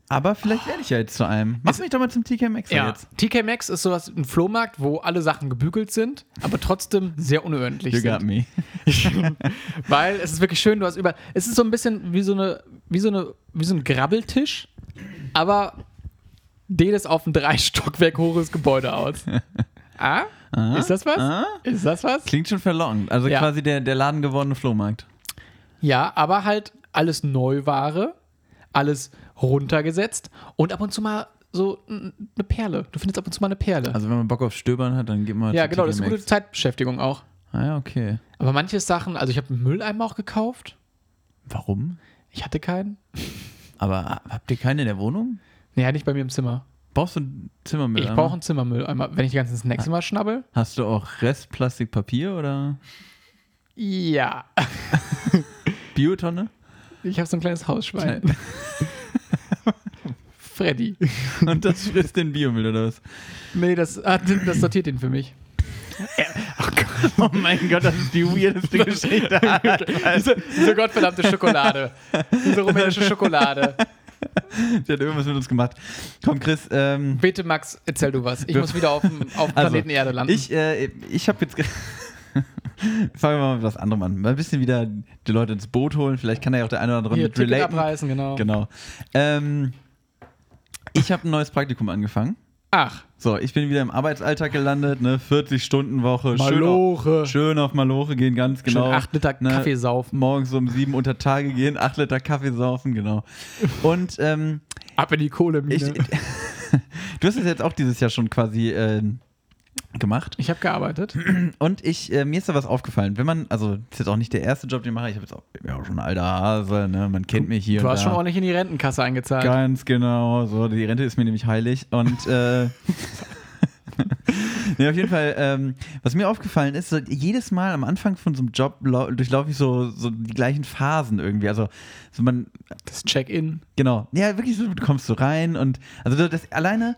Speaker 2: aber vielleicht werde ich ja jetzt zu einem. Mach mich doch mal zum TK Maxer
Speaker 1: ja.
Speaker 2: jetzt.
Speaker 1: TK Maxx ist sowas, ein Flohmarkt, wo alle Sachen gebügelt sind, aber trotzdem sehr unordentlich
Speaker 2: You got
Speaker 1: sind.
Speaker 2: me.
Speaker 1: Weil es ist wirklich schön, du hast über. Es ist so ein bisschen wie so eine, wie so eine, wie so ein Grabbeltisch, aber den ist auf ein drei Stockwerk hohes Gebäude aus. Ah? Ist das was?
Speaker 2: Ah?
Speaker 1: Ist das was?
Speaker 2: Klingt schon verlockend. Also
Speaker 1: Ja.
Speaker 2: quasi der, der Laden gewordene Flohmarkt.
Speaker 1: Ja, aber halt alles Neuware, alles runtergesetzt und ab und zu mal so n- eine Perle. Du findest ab und zu mal eine Perle.
Speaker 2: Also wenn man Bock auf Stöbern hat, dann geht man halt
Speaker 1: ja,
Speaker 2: zu
Speaker 1: genau, das ist
Speaker 2: TK
Speaker 1: eine gute
Speaker 2: Maxx.
Speaker 1: Zeitbeschäftigung auch.
Speaker 2: Ah ja, okay.
Speaker 1: Aber manche Sachen, also ich habe einen Mülleimer auch gekauft.
Speaker 2: Warum?
Speaker 1: Ich hatte keinen.
Speaker 2: Aber habt ihr keine in der Wohnung?
Speaker 1: Nee, nicht bei mir im Zimmer.
Speaker 2: Brauchst du einen Zimmermüll?
Speaker 1: Ich brauche einen Zimmermülleimer. Wenn ich die ganzen
Speaker 2: Ah.
Speaker 1: Snacks immer schnabbel?
Speaker 2: Hast du auch Restplastikpapier oder
Speaker 1: Ja.
Speaker 2: Biotonne?
Speaker 1: Ich habe so ein kleines Hausschwein. Freddy.
Speaker 2: Und das frisst den Biomüll oder was?
Speaker 1: Nee, das, ah, das sortiert den für mich.
Speaker 2: Oh mein Gott, das ist die weirdeste Geschichte.
Speaker 1: Diese, diese gottverdammte Schokolade. Diese rumänische Schokolade.
Speaker 2: Der hat irgendwas mit uns gemacht. Komm, Chris, ähm,
Speaker 1: Bitte, Max, erzähl du was. Ich muss wieder auf dem, auf dem
Speaker 2: Also,
Speaker 1: Planeten Erde landen.
Speaker 2: ich, äh, ich habe jetzt. ge- Fangen wir mal mit was anderem an. Mal ein bisschen wieder die Leute ins Boot holen. Vielleicht kann da ja auch der eine oder andere
Speaker 1: Hier,
Speaker 2: mit
Speaker 1: Ticket
Speaker 2: relaten.
Speaker 1: abreißen, genau.
Speaker 2: Genau. Ähm, ich habe ein neues Praktikum angefangen.
Speaker 1: Ach,
Speaker 2: So, ich bin wieder im Arbeitsalltag gelandet, ne? 40-Stunden-Woche. Schön
Speaker 1: Maloche.
Speaker 2: auf, schön auf Maloche gehen, ganz genau.
Speaker 1: Schön acht Liter Kaffee saufen.
Speaker 2: Morgens um sieben unter Tage gehen, acht Liter Kaffee saufen, genau. Und ähm,
Speaker 1: Ab in die Kohlemine.
Speaker 2: ich,
Speaker 1: Ich, ich,
Speaker 2: du hast es jetzt auch dieses Jahr schon quasi ähm, gemacht.
Speaker 1: habe gearbeitet.
Speaker 2: Und ich, äh, mir ist da was aufgefallen. Wenn man, also das ist jetzt auch nicht der erste Job, den ich mache, ich habe jetzt auch, ich bin ja auch schon ein alter Hase, ne? Man kennt mich hier.
Speaker 1: Du
Speaker 2: und
Speaker 1: hast
Speaker 2: da.
Speaker 1: schon ordentlich in die Rentenkasse eingezahlt.
Speaker 2: Ganz genau, so, die Rente ist mir nämlich heilig. Und äh, Nee, auf jeden Fall, ähm, was mir aufgefallen ist, so jedes Mal am Anfang von so einem Job lau- durchlaufe ich so, so die gleichen Phasen irgendwie. Also, so man,
Speaker 1: Das Check-in.
Speaker 2: Genau. Ja, wirklich so, du kommst so rein und also so das alleine,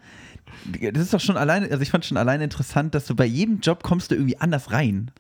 Speaker 2: das ist doch schon alleine, also ich fand schon alleine interessant, dass du bei jedem Job kommst du irgendwie anders rein.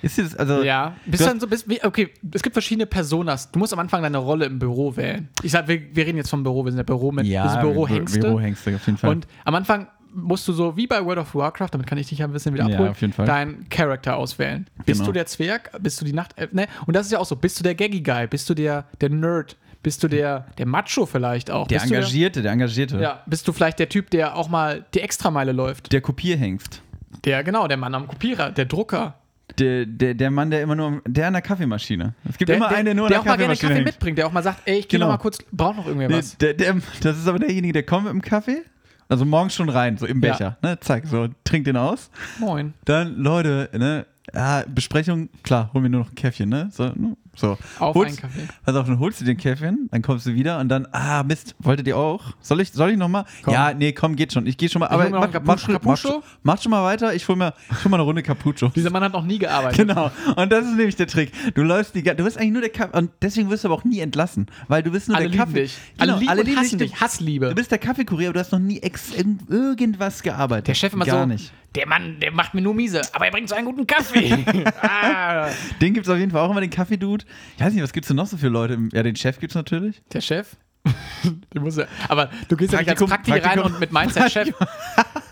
Speaker 2: Ist das, also,
Speaker 1: Ja. Bist
Speaker 2: du hast,
Speaker 1: dann so, bist, wie- okay, es gibt verschiedene Personas. Du musst am Anfang deine Rolle im Büro wählen. Ich sag, wir, wir reden jetzt vom Büro, wir sind der Büro mit
Speaker 2: ja,
Speaker 1: Bürohengste.
Speaker 2: Bürohengste auf jeden Fall.
Speaker 1: Und am Anfang musst du so wie bei World of Warcraft, damit kann ich dich ja ein bisschen wieder
Speaker 2: Ja,
Speaker 1: abholen,
Speaker 2: auf jeden Fall.
Speaker 1: deinen Charakter auswählen. Bist
Speaker 2: Genau.
Speaker 1: du der Zwerg? Bist du die Nachtelf? Ne? Und das ist ja auch so, bist du der Gaggy Guy? Bist du der, der Nerd? Bist du der, der Macho vielleicht auch?
Speaker 2: der
Speaker 1: bist
Speaker 2: Engagierte, der Engagierte.
Speaker 1: Du der, ja, bist du vielleicht der Typ, der auch mal die Extrameile läuft?
Speaker 2: Der Kopierhengst.
Speaker 1: Der, genau, der Mann am Kopierer, der Drucker.
Speaker 2: Der, der, der Mann, der immer nur, am- der an der Kaffeemaschine. Es gibt
Speaker 1: Der,
Speaker 2: immer
Speaker 1: der,
Speaker 2: einen, der nur an
Speaker 1: der
Speaker 2: der
Speaker 1: auch mal gerne
Speaker 2: Kaffeemaschine
Speaker 1: Kaffee
Speaker 2: hängt.
Speaker 1: mitbringt, der auch mal sagt, ey, ich gehe
Speaker 2: Genau.
Speaker 1: noch mal kurz, braucht noch irgendwer
Speaker 2: Nee,
Speaker 1: was.
Speaker 2: der, der, das ist aber derjenige, der kommt mit dem Kaffee, also morgens schon rein, so im
Speaker 1: Ja.
Speaker 2: Becher, ne, zack, so, trink den aus.
Speaker 1: Moin.
Speaker 2: Dann, Leute, ne? Ah, Besprechung, klar, hol mir nur noch ein Käffchen, ne? So. ne? so.
Speaker 1: Auf
Speaker 2: holst,
Speaker 1: einen Kaffee.
Speaker 2: Pass auf, dann holst du den Käffchen, dann kommst du wieder und dann, ah, Mist, wolltet ihr auch? Soll ich, soll ich nochmal?
Speaker 1: Komm.
Speaker 2: Ja, nee, komm, geht schon. Ich gehe schon mal,
Speaker 1: hol
Speaker 2: aber
Speaker 1: mir noch
Speaker 2: mach,
Speaker 1: ein Capuch-
Speaker 2: mach, schon- mach,
Speaker 1: Capuccio?
Speaker 2: schon- mach schon mal weiter, ich hol mir, ich hol mal eine Runde Capucho.
Speaker 1: Dieser Mann hat noch nie gearbeitet.
Speaker 2: Genau, und das ist nämlich der Trick. Du läufst die, ga- du bist eigentlich nur der Kaffee, und deswegen wirst du aber auch nie entlassen, weil du bist nur
Speaker 1: Alle
Speaker 2: der
Speaker 1: lieben
Speaker 2: Kaffee. Genau,
Speaker 1: dich. Alle lieben und hassen dich. Hassliebe.
Speaker 2: Du bist der Kaffeekurier, aber du hast noch nie ex irgend- irgendwas gearbeitet.
Speaker 1: Der Chef immer
Speaker 2: Gar
Speaker 1: so,
Speaker 2: nicht.
Speaker 1: der Mann, der macht mir nur miese, aber er bringt so einen guten Kaffee. ah.
Speaker 2: Den gibt es auf jeden Fall auch immer, den Kaffee-Dude. Ich weiß nicht, was gibt es denn noch so für Leute? im- Ja, den Chef gibt es natürlich.
Speaker 1: Der Chef? Den muss ja, aber du gehst ja nicht als
Speaker 2: Praktikum-
Speaker 1: Praktiker rein
Speaker 2: Praktikum-
Speaker 1: und mit Mindset Chef.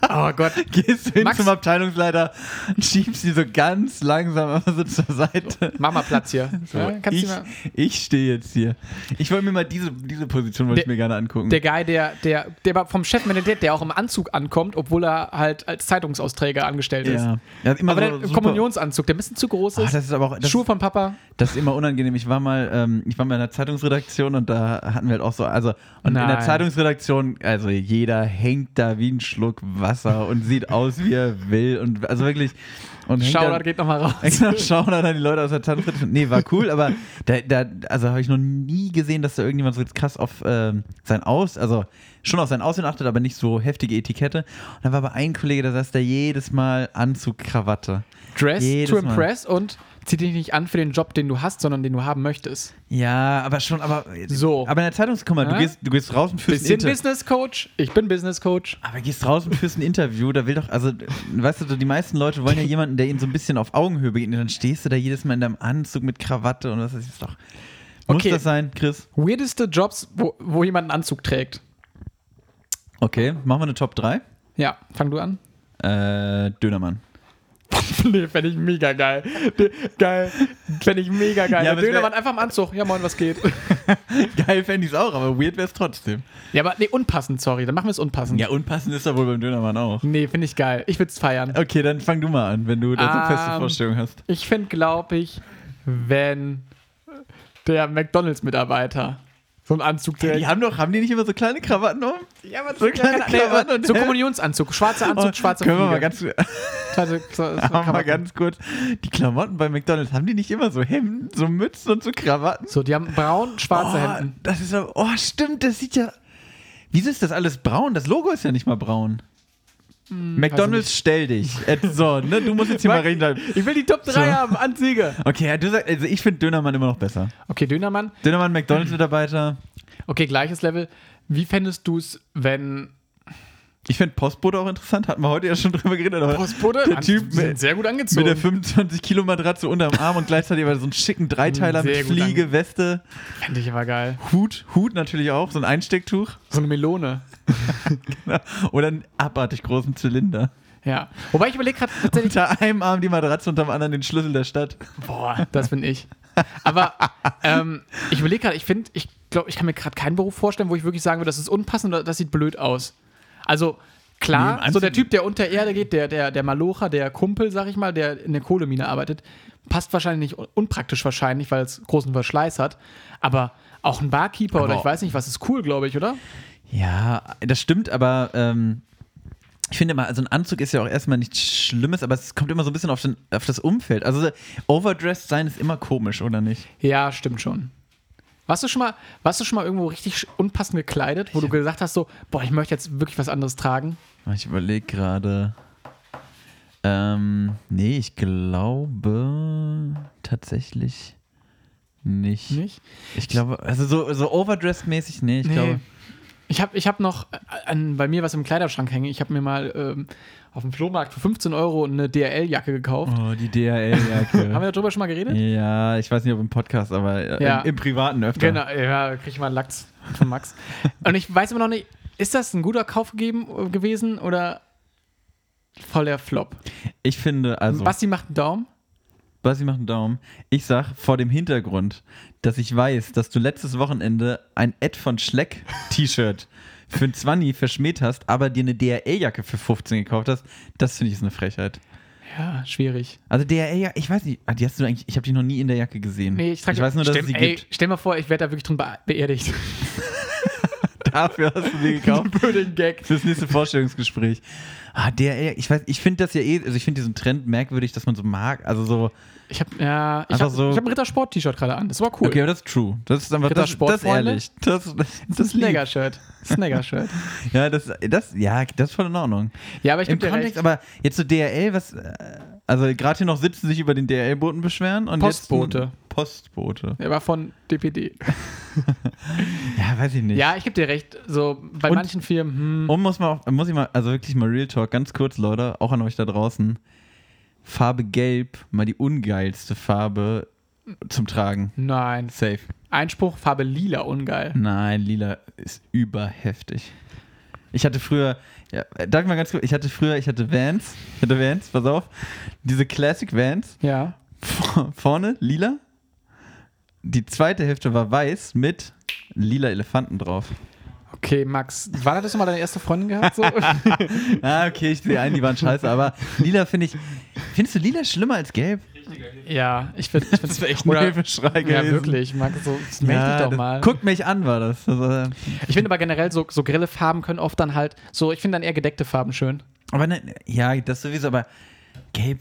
Speaker 1: Oh Gott.
Speaker 2: Gehst du hin
Speaker 1: Max-
Speaker 2: zum Abteilungsleiter, schiebst die so ganz langsam einfach so zur Seite.
Speaker 1: Mama Platz hier. Ja, kannst
Speaker 2: ich
Speaker 1: du mal,
Speaker 2: ich stehe jetzt hier. Ich wollte mir mal diese, diese Position wollte ich
Speaker 1: Der-
Speaker 2: mir gerne angucken.
Speaker 1: der Guy, der, der, der war vom Chef managiert, der auch im Anzug ankommt, obwohl er halt als Zeitungsausträger angestellt ist.
Speaker 2: ja. ja immer
Speaker 1: Aber
Speaker 2: so
Speaker 1: der
Speaker 2: super-
Speaker 1: Kommunionsanzug, der ein bisschen zu groß
Speaker 2: Ah,
Speaker 1: ist.
Speaker 2: das ist aber auch das,
Speaker 1: Schuhe von Papa.
Speaker 2: das ist immer unangenehm. Ich war mal, ähm, ich war mal in der Zeitungsredaktion und da hatten wir halt auch so, also und in der
Speaker 1: Nein.
Speaker 2: Zeitungsredaktion, also jeder hängt da wie ein Schluck Wasser und sieht aus wie er will und also wirklich und hängt
Speaker 1: Shoutout
Speaker 2: da,
Speaker 1: geht nochmal
Speaker 2: Ja,
Speaker 1: raus.
Speaker 2: Genau, schauen dann die Leute aus der Tanzritte. Nee, war cool, aber da, da also habe ich noch nie gesehen, dass da irgendjemand so krass auf ähm, sein Aus, also schon auf sein Aussehen achtet, aber nicht so heftige Etikette. Und da war aber ein Kollege, der saß da jedes Mal Anzug, Krawatte.
Speaker 1: Dress
Speaker 2: Jedes
Speaker 1: to
Speaker 2: Mal.
Speaker 1: impress und zieh dich nicht an für den Job, den du hast, sondern den du haben möchtest.
Speaker 2: Ja, aber schon, aber äh,
Speaker 1: So.
Speaker 2: Aber in der Zeitungskammer, du
Speaker 1: Ja?
Speaker 2: gehst, du gehst raus und führst ein
Speaker 1: Bisschen
Speaker 2: Interview.
Speaker 1: Business Coach. Ich bin Business Coach.
Speaker 2: Aber gehst raus und führst ein Interview, da will doch, also, weißt du, die meisten Leute wollen ja jemanden, der ihnen so ein bisschen auf Augenhöhe begegnet. Dann stehst du da jedes Mal in deinem Anzug mit Krawatte und was weiß ich, ist doch. Muss
Speaker 1: Okay.
Speaker 2: das sein, Chris?
Speaker 1: Weirdeste Jobs, wo, wo jemand einen Anzug trägt.
Speaker 2: Okay, machen wir eine Top 3.
Speaker 1: Ja, fang du an.
Speaker 2: Äh, Dönermann.
Speaker 1: nee, fände ich mega geil. D geil. Fände ich mega geil.
Speaker 2: Ja,
Speaker 1: Ja,
Speaker 2: aber es wär-
Speaker 1: Dönermann einfach im Anzug. Ja, moin, was geht?
Speaker 2: Geil fände ich es auch, aber weird wäre es trotzdem.
Speaker 1: ja, aber nee, unpassend, sorry. Dann machen wir es unpassend.
Speaker 2: Ja, unpassend ist er wohl beim Dönermann auch.
Speaker 1: Nee, finde ich geil. Ich würde es feiern.
Speaker 2: Okay, dann fang du mal an, wenn du da so feste
Speaker 1: Ähm,
Speaker 2: Vorstellung hast.
Speaker 1: Ich finde, glaube ich, wenn der McDonalds-Mitarbeiter so einen Anzug trägt.
Speaker 2: Die haben doch, haben die nicht immer so kleine Krawatten um?
Speaker 1: Ja, aber
Speaker 2: so kleine Klamotten und-
Speaker 1: So Kommunionsanzug, schwarzer Anzug,
Speaker 2: Oh,
Speaker 1: schwarzer
Speaker 2: können wir
Speaker 1: Fliege.
Speaker 2: mal ganz, also,
Speaker 1: Schwarze- so- so
Speaker 2: haben wir mal
Speaker 1: Klamotten.
Speaker 2: ganz kurz. Die Klamotten bei McDonalds, haben die nicht immer so Hemden, so Mützen und so Krawatten?
Speaker 1: So, die haben braun, schwarze Hemden.
Speaker 2: Oh, das ist aber, oh, stimmt, das sieht ja. Wieso ist das alles braun? Das Logo ist ja nicht mal braun. Hm, McDonalds, stell dich. Äh, So, ne, du musst jetzt hier mal reden. bleiben.
Speaker 1: Ich will die Top 3
Speaker 2: So.
Speaker 1: haben, Anzüge.
Speaker 2: Okay, ja, du sagst, also ich finde Dönermann immer noch besser.
Speaker 1: Okay, Dönermann.
Speaker 2: Dönermann, McDonalds-Mitarbeiter.
Speaker 1: Okay, gleiches Level. Wie fändest du es, wenn
Speaker 2: Ich finde Postbote auch interessant, hatten wir heute ja schon drüber geredet. Aber
Speaker 1: Postbote?
Speaker 2: der
Speaker 1: An-
Speaker 2: Typ
Speaker 1: die sind
Speaker 2: mit-
Speaker 1: sehr gut
Speaker 2: mit
Speaker 1: angezogen.
Speaker 2: der 25 Kilo Matratze unterm Arm und gleichzeitig aber so einen schicken Dreiteiler
Speaker 1: Sehr
Speaker 2: mit
Speaker 1: gut
Speaker 2: Fliege, Weste,
Speaker 1: Fände ich aber geil.
Speaker 2: Hut, Hut natürlich auch, so ein Einstecktuch
Speaker 1: So eine Melone.
Speaker 2: oder einen abartig großen Zylinder.
Speaker 1: Ja. Wobei ich überlege gerade tatsächlich,
Speaker 2: Unter einem Arm die Matratze, unter dem anderen den Schlüssel der Stadt.
Speaker 1: boah, das bin ich. Aber ähm, ich überlege gerade, ich finde, ich glaube, ich kann mir gerade keinen Beruf vorstellen, wo ich wirklich sagen würde, das ist unpassend oder das sieht blöd aus. Also
Speaker 2: Nee, im
Speaker 1: klar,
Speaker 2: Anzug-
Speaker 1: so der Typ, der unter Erde geht, der, der, der Malocher, der Kumpel, sag ich mal, der in der Kohlemine arbeitet, passt wahrscheinlich nicht, un- unpraktisch wahrscheinlich, weil es großen Verschleiß hat. Aber auch ein Barkeeper oder
Speaker 2: Aber-
Speaker 1: ich weiß nicht, was ist cool, glaube ich, oder?
Speaker 2: Ja, das stimmt, aber ähm, ich finde mal, also ein Anzug ist ja auch erstmal nichts Schlimmes, aber es kommt immer so ein bisschen auf, den, auf das Umfeld. Also overdressed sein ist immer komisch, oder nicht?
Speaker 1: Ja, stimmt schon. Warst du schon mal, warst du schon mal irgendwo richtig sch- unpassend gekleidet, wo du gesagt hast, so, boah, ich möchte jetzt wirklich was anderes tragen?
Speaker 2: Ich überlege gerade. Ähm, nee, ich glaube tatsächlich nicht.
Speaker 1: Nicht?
Speaker 2: Ich glaube, also so, so overdressed-mäßig, nee, ich
Speaker 1: Nee.
Speaker 2: glaube.
Speaker 1: Ich habe ich hab noch äh, an, bei mir was im Kleiderschrank hängen. Ich habe mir mal ähm, auf dem Flohmarkt für 15 Euro eine DRL-Jacke gekauft.
Speaker 2: Oh, die
Speaker 1: Haben
Speaker 2: DHL-Jacke.
Speaker 1: wir darüber schon mal geredet?
Speaker 2: ja, ich weiß nicht, ob im Podcast, aber äh,
Speaker 1: Ja.
Speaker 2: im, im Privaten öfter.
Speaker 1: Genau, ja, krieg ich mal einen Lachs von Max. Und ich weiß immer noch nicht, ist das ein guter Kauf gegeben, äh, gewesen oder voll der Flop?
Speaker 2: Ich finde, also.
Speaker 1: Basti macht einen Daumen.
Speaker 2: Basti macht einen Daumen. Ich sag vor dem Hintergrund, dass ich weiß, dass du letztes Wochenende ein Ed von Schleck T-Shirt für ein 20 verschmäht hast, aber dir eine DRL-Jacke für 15 gekauft hast, das finde ich ist eine Frechheit.
Speaker 1: Ja, schwierig.
Speaker 2: Also DRL-Jacke, ich weiß nicht, ah, die hast du eigentlich, ich habe die noch nie in der Jacke gesehen.
Speaker 1: Nee, ich, trag,
Speaker 2: weiß nur, dass
Speaker 1: stell,
Speaker 2: es die
Speaker 1: ey,
Speaker 2: gibt.
Speaker 1: Stell mal vor, ich werde da wirklich drin be beerdigt.
Speaker 2: Dafür hast du sie gekauft.
Speaker 1: Für den Gag.
Speaker 2: Fürs nächste Vorstellungsgespräch. Ah, DRL, ich weiß, ich finde das ja eh, also ich finde diesen Trend merkwürdig, dass man so mag, also so,
Speaker 1: Ich habe ja, ich
Speaker 2: Einfach
Speaker 1: hab,
Speaker 2: so-
Speaker 1: ich hab ein Rittersport-T-Shirt gerade an. Das war cool.
Speaker 2: okay, aber das ist true. Das ist einfach,
Speaker 1: Ritter
Speaker 2: das, das ist
Speaker 1: Sportfreunde?
Speaker 2: ehrlich. Das, das, das
Speaker 1: das ist
Speaker 2: ist
Speaker 1: ein
Speaker 2: lieb.
Speaker 1: Snagger-Shirt. Snagger-Shirt.
Speaker 2: Ja, das, das, ja, das ist voll in Ordnung.
Speaker 1: Ja, aber ich
Speaker 2: Im
Speaker 1: geb dir
Speaker 2: Kontext,
Speaker 1: recht.
Speaker 2: aber jetzt so DRL, was, äh, also gerade hier noch sitzen, sich über den DRL-Boten beschweren und
Speaker 1: Postbote.
Speaker 2: jetzt Postbote.
Speaker 1: Der war von DPD.
Speaker 2: Hm. Ja, weiß ich nicht.
Speaker 1: Ja, ich geb dir recht. So bei
Speaker 2: Und-
Speaker 1: manchen Firmen, hm,
Speaker 2: Und muss man auch, muss ich mal, also wirklich mal Real Talk, ganz kurz, Leute, auch an euch da draußen. Farbe Gelb, mal die ungeilste Farbe zum Tragen.
Speaker 1: nein.
Speaker 2: Safe.
Speaker 1: Einspruch, Farbe lila, ungeil.
Speaker 2: Nein, lila ist überheftig. Ich hatte früher, ja, äh, darf ich mal ganz kurz, ich hatte früher, ich hatte Vans, ich hatte Vans, pass auf, diese Classic Vans,
Speaker 1: Ja.
Speaker 2: Vor- vorne lila. Die zweite Hälfte war weiß mit lila Elefanten drauf.
Speaker 1: Okay, Max, war das schon mal deine erste Freundin gehabt? So?
Speaker 2: Ah, okay, ich sehe ein, die waren scheiße, aber lila finde ich. Findest du lila schlimmer als gelb?
Speaker 1: ja, ich finde ich
Speaker 2: Das wäre echt ein Hilfeschrei
Speaker 1: Ja,
Speaker 2: gewesen.
Speaker 1: wirklich, Max, so, das meld dich
Speaker 2: Ja,
Speaker 1: doch
Speaker 2: das-
Speaker 1: mal.
Speaker 2: Guckt mich an, war das. das war,
Speaker 1: Ich finde aber generell so, so grelle Farben können oft dann halt, so, ich finde dann eher gedeckte Farben schön.
Speaker 2: aber ne, ja, das sowieso, aber gelb.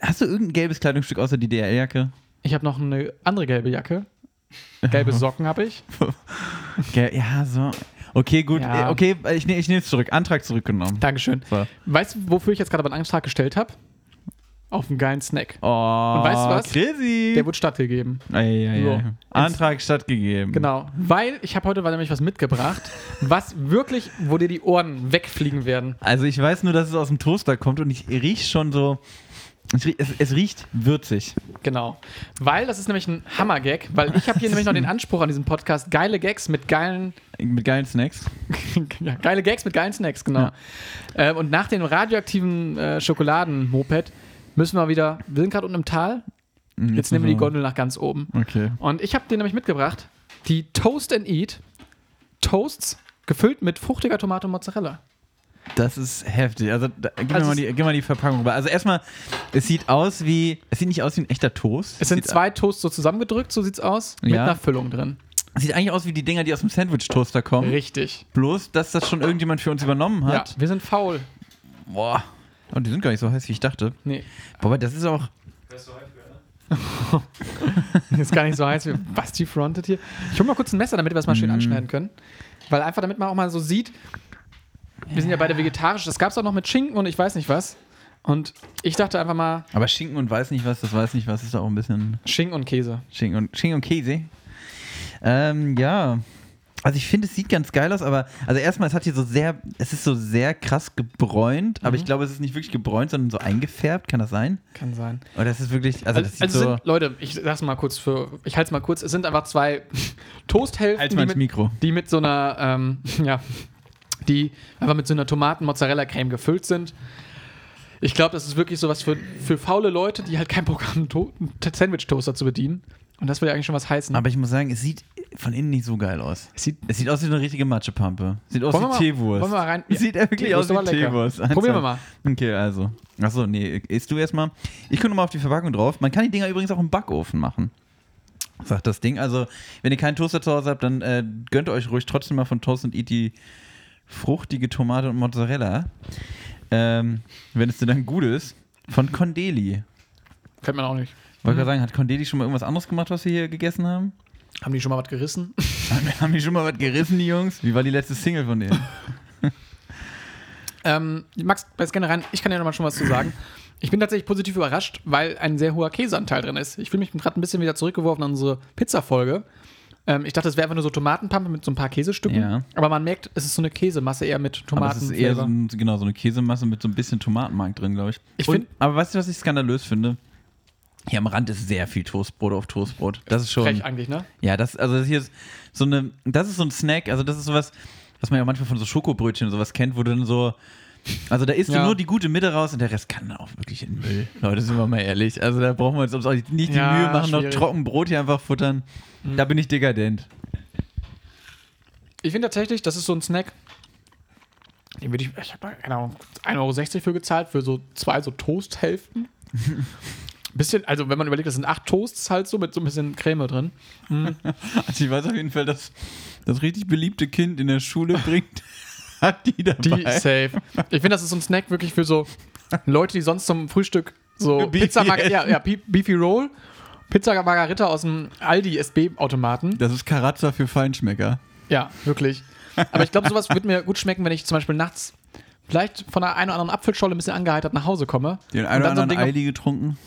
Speaker 2: Hast du irgendein gelbes Kleidungsstück außer die DRL-Jacke?
Speaker 1: Ich habe noch eine andere gelbe Jacke. Gelbe Socken habe ich.
Speaker 2: Gel- Ja, so. Okay, gut.
Speaker 1: Ja.
Speaker 2: äh, Okay, ich, ne- ich nehme es zurück. Antrag zurückgenommen.
Speaker 1: Dankeschön.
Speaker 2: So.
Speaker 1: Weißt du, wofür ich jetzt gerade meinen Antrag gestellt habe? Auf einen geilen Snack.
Speaker 2: Oh,
Speaker 1: weißt du was?
Speaker 2: Crazy.
Speaker 1: Der wurde stattgegeben.
Speaker 2: Ei, ei, ei.
Speaker 1: So.
Speaker 2: Antrag stattgegeben.
Speaker 1: Genau. Weil ich habe heute nämlich was mitgebracht, was wirklich, wo dir die Ohren wegfliegen werden.
Speaker 2: Also ich weiß nur, dass es aus dem Toaster kommt und ich riech schon so. Es, rie- es, es riecht würzig.
Speaker 1: Genau. Weil das ist nämlich ein Hammer-Gag, weil ich habe hier nämlich noch den Anspruch an diesem Podcast, geile Gags mit geilen,
Speaker 2: Mit geilen Snacks.
Speaker 1: ja, geile Gags mit geilen Snacks, genau. Ähm, und nach dem radioaktiven äh, Schokoladen-Moped müssen wir wieder, wir sind gerade unten im Tal, jetzt nehmen wir die Gondel nach ganz oben.
Speaker 2: Okay.
Speaker 1: Und ich habe dir nämlich mitgebracht, die Toast and Eat Toasts gefüllt mit fruchtiger Tomate und Mozzarella.
Speaker 2: Das ist heftig. Also da, gib,
Speaker 1: Also
Speaker 2: mir mal
Speaker 1: es-
Speaker 2: die, gib mal die Verpackung rüber. Also erstmal, es sieht aus wie. Es sieht nicht aus wie ein echter Toast.
Speaker 1: Es sind
Speaker 2: sieht,
Speaker 1: zwei Toasts so zusammengedrückt, so sieht's aus, mit
Speaker 2: Ja.
Speaker 1: einer Füllung drin.
Speaker 2: Es sieht eigentlich aus wie die Dinger, die aus dem Sandwich-Toaster kommen.
Speaker 1: Richtig.
Speaker 2: Bloß, dass das schon irgendjemand für uns übernommen
Speaker 1: Ja,
Speaker 2: hat.
Speaker 1: wir sind faul.
Speaker 2: Boah. Und die sind gar nicht so heiß, wie ich dachte.
Speaker 1: Nee,
Speaker 2: Boah, das ist auch.
Speaker 1: ist gar nicht so heiß wie Basti frontet hier. Ich hol mal kurz ein Messer, damit wir das mal
Speaker 2: Mm.
Speaker 1: schön anschneiden können. Weil einfach, damit man auch mal so sieht, wir sind ja beide vegetarisch, das gab's auch noch mit Schinken und ich weiß nicht was. Und ich dachte einfach mal,
Speaker 2: Aber Schinken und weiß nicht was, das weiß nicht was, ist auch ein bisschen.
Speaker 1: Schinken und Käse.
Speaker 2: Schinken und, Schinken und Käse. Ähm, ja. Also ich finde, es sieht ganz geil aus, aber also erstmal, es hat hier so sehr, es ist so sehr krass gebräunt,
Speaker 1: Mhm.
Speaker 2: aber ich glaube, es ist nicht wirklich gebräunt, sondern so eingefärbt, kann das sein?
Speaker 1: Kann sein.
Speaker 2: Oder es ist wirklich, also,
Speaker 1: Also,
Speaker 2: das sieht
Speaker 1: also
Speaker 2: so...
Speaker 1: sind, Leute, ich sag's mal kurz für, ich halte mal kurz, es sind einfach zwei Toasthälften,
Speaker 2: Halt's
Speaker 1: die
Speaker 2: mal ins
Speaker 1: mit,
Speaker 2: Mikro.
Speaker 1: die mit so einer, ähm, ja, die einfach mit so einer Tomaten-Mozzarella-Creme gefüllt sind. Ich glaube, das ist wirklich sowas für, für faule Leute, die halt kein Bock haben, to einen Sandwich-Toaster zu bedienen. Und das will ja eigentlich schon was heißen.
Speaker 2: Aber ich muss sagen, es sieht von innen nicht so geil aus.
Speaker 1: es sieht,
Speaker 2: Es sieht aus wie eine richtige Matschepampe. Sieht aus
Speaker 1: Wollen wir
Speaker 2: wie
Speaker 1: mal-
Speaker 2: Teewurst.
Speaker 1: wollen wir mal rein-
Speaker 2: Es sieht ja, wirklich
Speaker 1: Teewurst
Speaker 2: aus wie
Speaker 1: aber lecker.
Speaker 2: Teewurst.
Speaker 1: Probieren wir mal.
Speaker 2: Okay, also. Achso, nee, isst du erstmal. Ich gucke nochmal auf die Verpackung drauf. Man kann die Dinger übrigens auch im Backofen machen. Sagt das Ding. Also, wenn ihr keinen Toaster zu Hause habt, dann äh, gönnt euch ruhig trotzdem mal von Toast and Eat die fruchtige Tomate und Mozzarella. Ähm, wenn es dir dann gut ist. Von Condeli.
Speaker 1: kennt man auch nicht.
Speaker 2: Wollte gerade sagen, hat Condeli schon mal irgendwas anderes gemacht, was wir hier gegessen haben?
Speaker 1: Haben die schon mal was gerissen?
Speaker 2: Haben die schon mal was gerissen, die Jungs? Wie war die letzte Single von denen?
Speaker 1: Ähm, Max, beiß gerne rein. Ich kann ja noch mal schon was zu sagen. Ich bin tatsächlich positiv überrascht, weil ein sehr hoher Käseanteil drin ist. Ich fühle mich gerade ein bisschen wieder zurückgeworfen an unsere Pizza-Folge. Ähm, ich dachte, es wäre einfach nur so Tomatenpampe mit so ein paar Käsestücken.
Speaker 2: Ja.
Speaker 1: Aber man merkt, es ist so eine Käsemasse eher mit
Speaker 2: Aber
Speaker 1: Tomaten.
Speaker 2: das ist eher so, ein- genau, so eine Käsemasse mit so ein bisschen Tomatenmark drin, glaube ich.
Speaker 1: Ich
Speaker 2: Und-
Speaker 1: find-
Speaker 2: aber weißt du, was ich skandalös finde? Hier am Rand ist sehr viel Toastbrot auf Toastbrot. Das ist schon.
Speaker 1: Frech eigentlich, ne?
Speaker 2: Ja, das, also das hier ist so eine, das ist so ein Snack, also das ist sowas, was man ja auch manchmal von so Schokobrötchen und sowas kennt, wo du dann so, also da isst
Speaker 1: Ja.
Speaker 2: du nur die gute Mitte raus und der Rest kann dann auch wirklich in den Müll. Leute, sind wir mal ehrlich. Also da brauchen wir uns auch nicht die
Speaker 1: Ja,
Speaker 2: Mühe machen, noch
Speaker 1: schwierig. Mhm.
Speaker 2: Trockenbrot hier einfach futtern. Da bin ich dekadent.
Speaker 1: Ich finde tatsächlich, das ist so ein Snack. Den würde ich, ich habe da, keine Ahnung, 1,60 Euro für gezahlt, für so zwei so Toasthälften. Bisschen, also wenn man überlegt, das sind acht Toasts halt so mit so ein bisschen Creme drin.
Speaker 2: Also ich weiß auf jeden Fall, dass das richtig beliebte Kind in der Schule bringt, hat die
Speaker 1: Die
Speaker 2: dabei.
Speaker 1: safe. Ich finde, das ist so ein Snack wirklich für so Leute, die sonst zum Frühstück so
Speaker 2: Beefy
Speaker 1: Pizza, Mar-
Speaker 2: essen.
Speaker 1: ja, ja, Be- Beefy Roll, Pizza Margarita aus dem Aldi SB-Automaten.
Speaker 2: das ist Karatza für Feinschmecker.
Speaker 1: Ja, wirklich. Aber ich glaube, sowas würde mir gut schmecken, wenn ich zum Beispiel nachts vielleicht von einer einen oder anderen Apfelscholle ein bisschen angeheitert nach Hause komme.
Speaker 2: Den
Speaker 1: und
Speaker 2: einen oder
Speaker 1: dann so ein
Speaker 2: anderen
Speaker 1: Ding auf-
Speaker 2: Eili getrunken.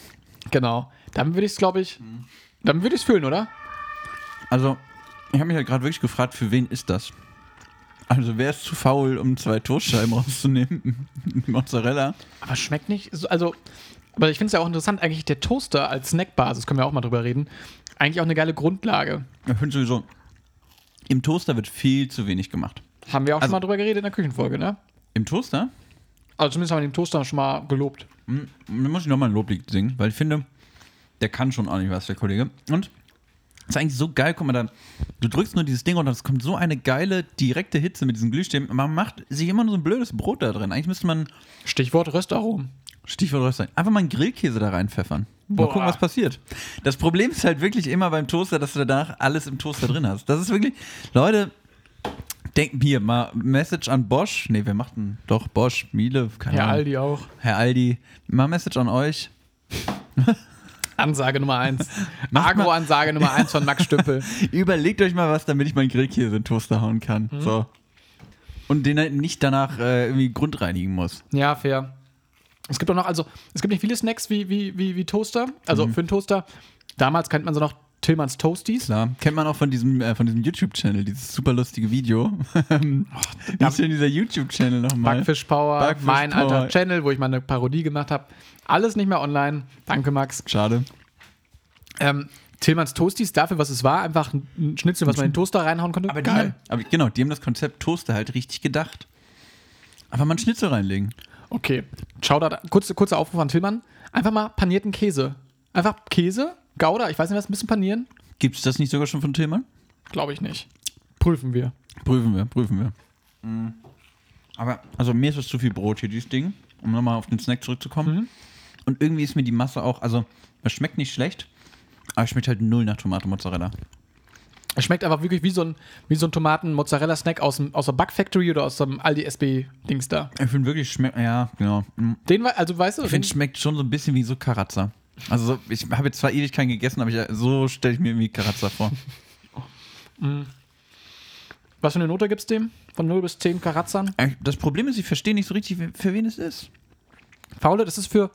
Speaker 1: Genau. Dann würde ich es, glaube ich, dann würde ich es fühlen, oder?
Speaker 2: Also, ich habe mich halt gerade wirklich gefragt, für wen ist das? Also, wer ist zu faul, um zwei Toastscheiben rauszunehmen? Mozzarella.
Speaker 1: Aber schmeckt nicht. so- Also, aber ich finde es ja auch interessant, eigentlich der Toaster als Snackbasis, können wir auch mal drüber reden, eigentlich auch eine geile Grundlage.
Speaker 2: Ich finde sowieso, im Toaster wird viel zu wenig gemacht.
Speaker 1: Haben wir auch schon
Speaker 2: Also-
Speaker 1: mal drüber geredet in der Küchenfolge, ne?
Speaker 2: Im Toaster?
Speaker 1: Also zumindest haben wir den Toaster schon mal gelobt.
Speaker 2: Hm, Da muss ich nochmal ein Loblied singen, weil ich finde, der kann schon ordentlich was, der Kollege. Und ist eigentlich so geil, guck mal da. Du drückst nur dieses Ding und es kommt so eine geile, direkte Hitze mit diesen Glühstäben. Man macht sich immer nur so ein blödes Brot da drin. Eigentlich müsste man,
Speaker 1: Stichwort Röstaromen.
Speaker 2: Stichwort Röster, einfach mal einen Grillkäse da reinpfeffern. Mal
Speaker 1: Boah.
Speaker 2: gucken, was passiert. Das Problem ist halt wirklich immer beim Toaster, dass du danach alles im Toaster drin hast. Das ist wirklich, Leute, denkt mir mal, Message an Bosch. Nee, wer macht denn? Doch, Bosch, Miele, keine
Speaker 1: Herr
Speaker 2: Ahnung.
Speaker 1: Aldi auch.
Speaker 2: Herr Aldi, mal Message an euch.
Speaker 1: Ansage Nummer eins.
Speaker 2: Macht mal-
Speaker 1: Agro-Ansage Nummer eins von Max Stümpel.
Speaker 2: Überlegt euch mal was, damit ich meinen Grillkäse in den Toaster hauen kann. So. Und den halt nicht danach äh, irgendwie grundreinigen muss.
Speaker 1: Ja, fair. Es gibt auch noch, also, es gibt nicht viele Snacks wie, wie, wie, wie Toaster. Also für einen Toaster. Damals kannte man so noch Tillmanns Toasties.
Speaker 2: Klar. Kennt man auch von diesem, äh, von diesem YouTube-Channel, dieses super lustige Video. Wie ist denn dieser YouTube-Channel nochmal?
Speaker 1: Backfish Power,
Speaker 2: Backfish
Speaker 1: mein
Speaker 2: Power.
Speaker 1: alter Channel, wo ich mal eine Parodie gemacht habe. Alles nicht mehr online. Danke, Max.
Speaker 2: Schade.
Speaker 1: Ähm, Tillmanns Toasties, dafür, was es war, einfach ein- ein Schnitzel, was man in den Toaster reinhauen konnte.
Speaker 2: Aber, die haben, aber genau, die haben das Konzept Toaster halt richtig gedacht. Einfach mal einen Schnitzel reinlegen.
Speaker 1: Okay. Shoutout, kurze, kurzer Aufruf an Tillmann. Einfach mal panierten Käse. Einfach Käse, Gouda, ich weiß nicht was, ein bisschen panieren?
Speaker 2: Gibt es das nicht sogar schon von Tillmann?
Speaker 1: Glaube ich nicht. Prüfen wir.
Speaker 2: Prüfen wir, prüfen wir. Mhm. Aber, also mir ist es zu viel Brot hier, dieses Ding, um nochmal auf den Snack zurückzukommen. Und irgendwie ist mir die Masse auch, also, es schmeckt nicht schlecht, aber es schmeckt halt null nach Tomate Mozzarella.
Speaker 1: Es schmeckt einfach wirklich wie so ein, wie so ein Tomaten-Mozzarella-Snack aus, dem- aus der Backfactory oder aus dem Aldi SB-Dings da.
Speaker 2: Ich finde wirklich, schmeckt, ja, genau. Mhm.
Speaker 1: Den, we- also weißt du,
Speaker 2: Ich finde, es schmeckt schon so ein bisschen wie so Karatzer. Also, so- ich habe jetzt zwar ewig keinen gegessen, aber ich, so stelle ich mir irgendwie Karatzer vor.
Speaker 1: was für eine Note gibt's dem? Von 0 bis 10 Karazzern?
Speaker 2: Äh, Das Problem ist, ich verstehe nicht so richtig, für, für wen es ist.
Speaker 1: Faule, das ist für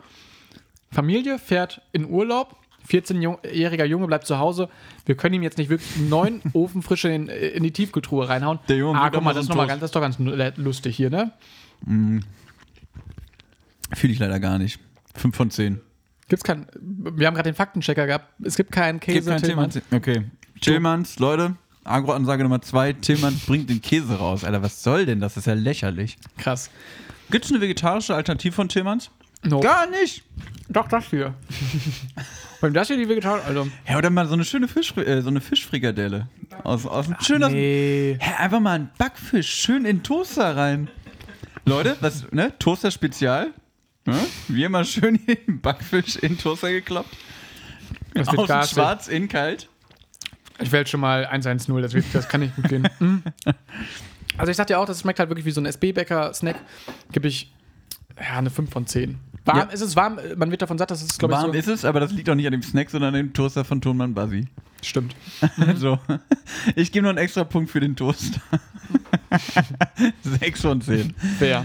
Speaker 1: Familie, fährt in Urlaub, 14-jähriger Junge bleibt zu Hause. Wir können ihm jetzt nicht wirklich neun Ofenfrische in, in die Tiefkühltruhe reinhauen.
Speaker 2: Der Junge
Speaker 1: ah,
Speaker 2: wird
Speaker 1: guck mal,
Speaker 2: doch mal
Speaker 1: das ist,
Speaker 2: so
Speaker 1: noch mal
Speaker 2: tot.
Speaker 1: ganz, das ist doch ganz nu- lustig hier, ne?
Speaker 2: Fühle ich leider gar nicht. 5 von 10.
Speaker 1: Gibt's keinen. Wir haben gerade den Faktenchecker gehabt. Es gibt keinen Käse. Tillmann.
Speaker 2: Okay. Tillmanns, Leute, Agroansage Nummer 2, Tillmanns bringt den Käse raus. Alter, was soll denn das? Das ist ja lächerlich.
Speaker 1: Krass.
Speaker 2: Gibt es eine vegetarische Alternative von Tillmanns?
Speaker 1: Nope.
Speaker 2: Oh. Gar nicht.
Speaker 1: Doch, das hier. Beim das hier die Vegetarier. Also,
Speaker 2: Ja, oder mal so eine schöne Fisch, äh, so eine Fischfrikadelle. Aus, aus, schön aus,
Speaker 1: nee.
Speaker 2: Hä, einfach mal einen Backfisch schön in den Toaster rein. Leute, was, ne? Toaster Spezial. Ne? Wir mal schön den Backfisch in den Toaster geklappt.
Speaker 1: Das wird
Speaker 2: Außen
Speaker 1: gar schwarz.
Speaker 2: schwarz, innen kalt.
Speaker 1: Ich wähle schon mal 110, das, wird, das kann nicht gut gehen. Mm. Also ich sagte ja auch, das schmeckt halt wirklich wie so ein SB-Bäcker-Snack. Gebe ich ja, eine 5 von 10. Warm,
Speaker 2: Ja.
Speaker 1: es ist warm, man wird davon satt, das ist, glaube ich,
Speaker 2: Warm
Speaker 1: so.
Speaker 2: ist es, aber das liegt auch nicht an dem Snack, sondern an dem Toaster von Tonmann Basi.
Speaker 1: Stimmt.
Speaker 2: So. Ich gebe noch einen extra Punkt für den Toaster. 6 von 10.
Speaker 1: Fair.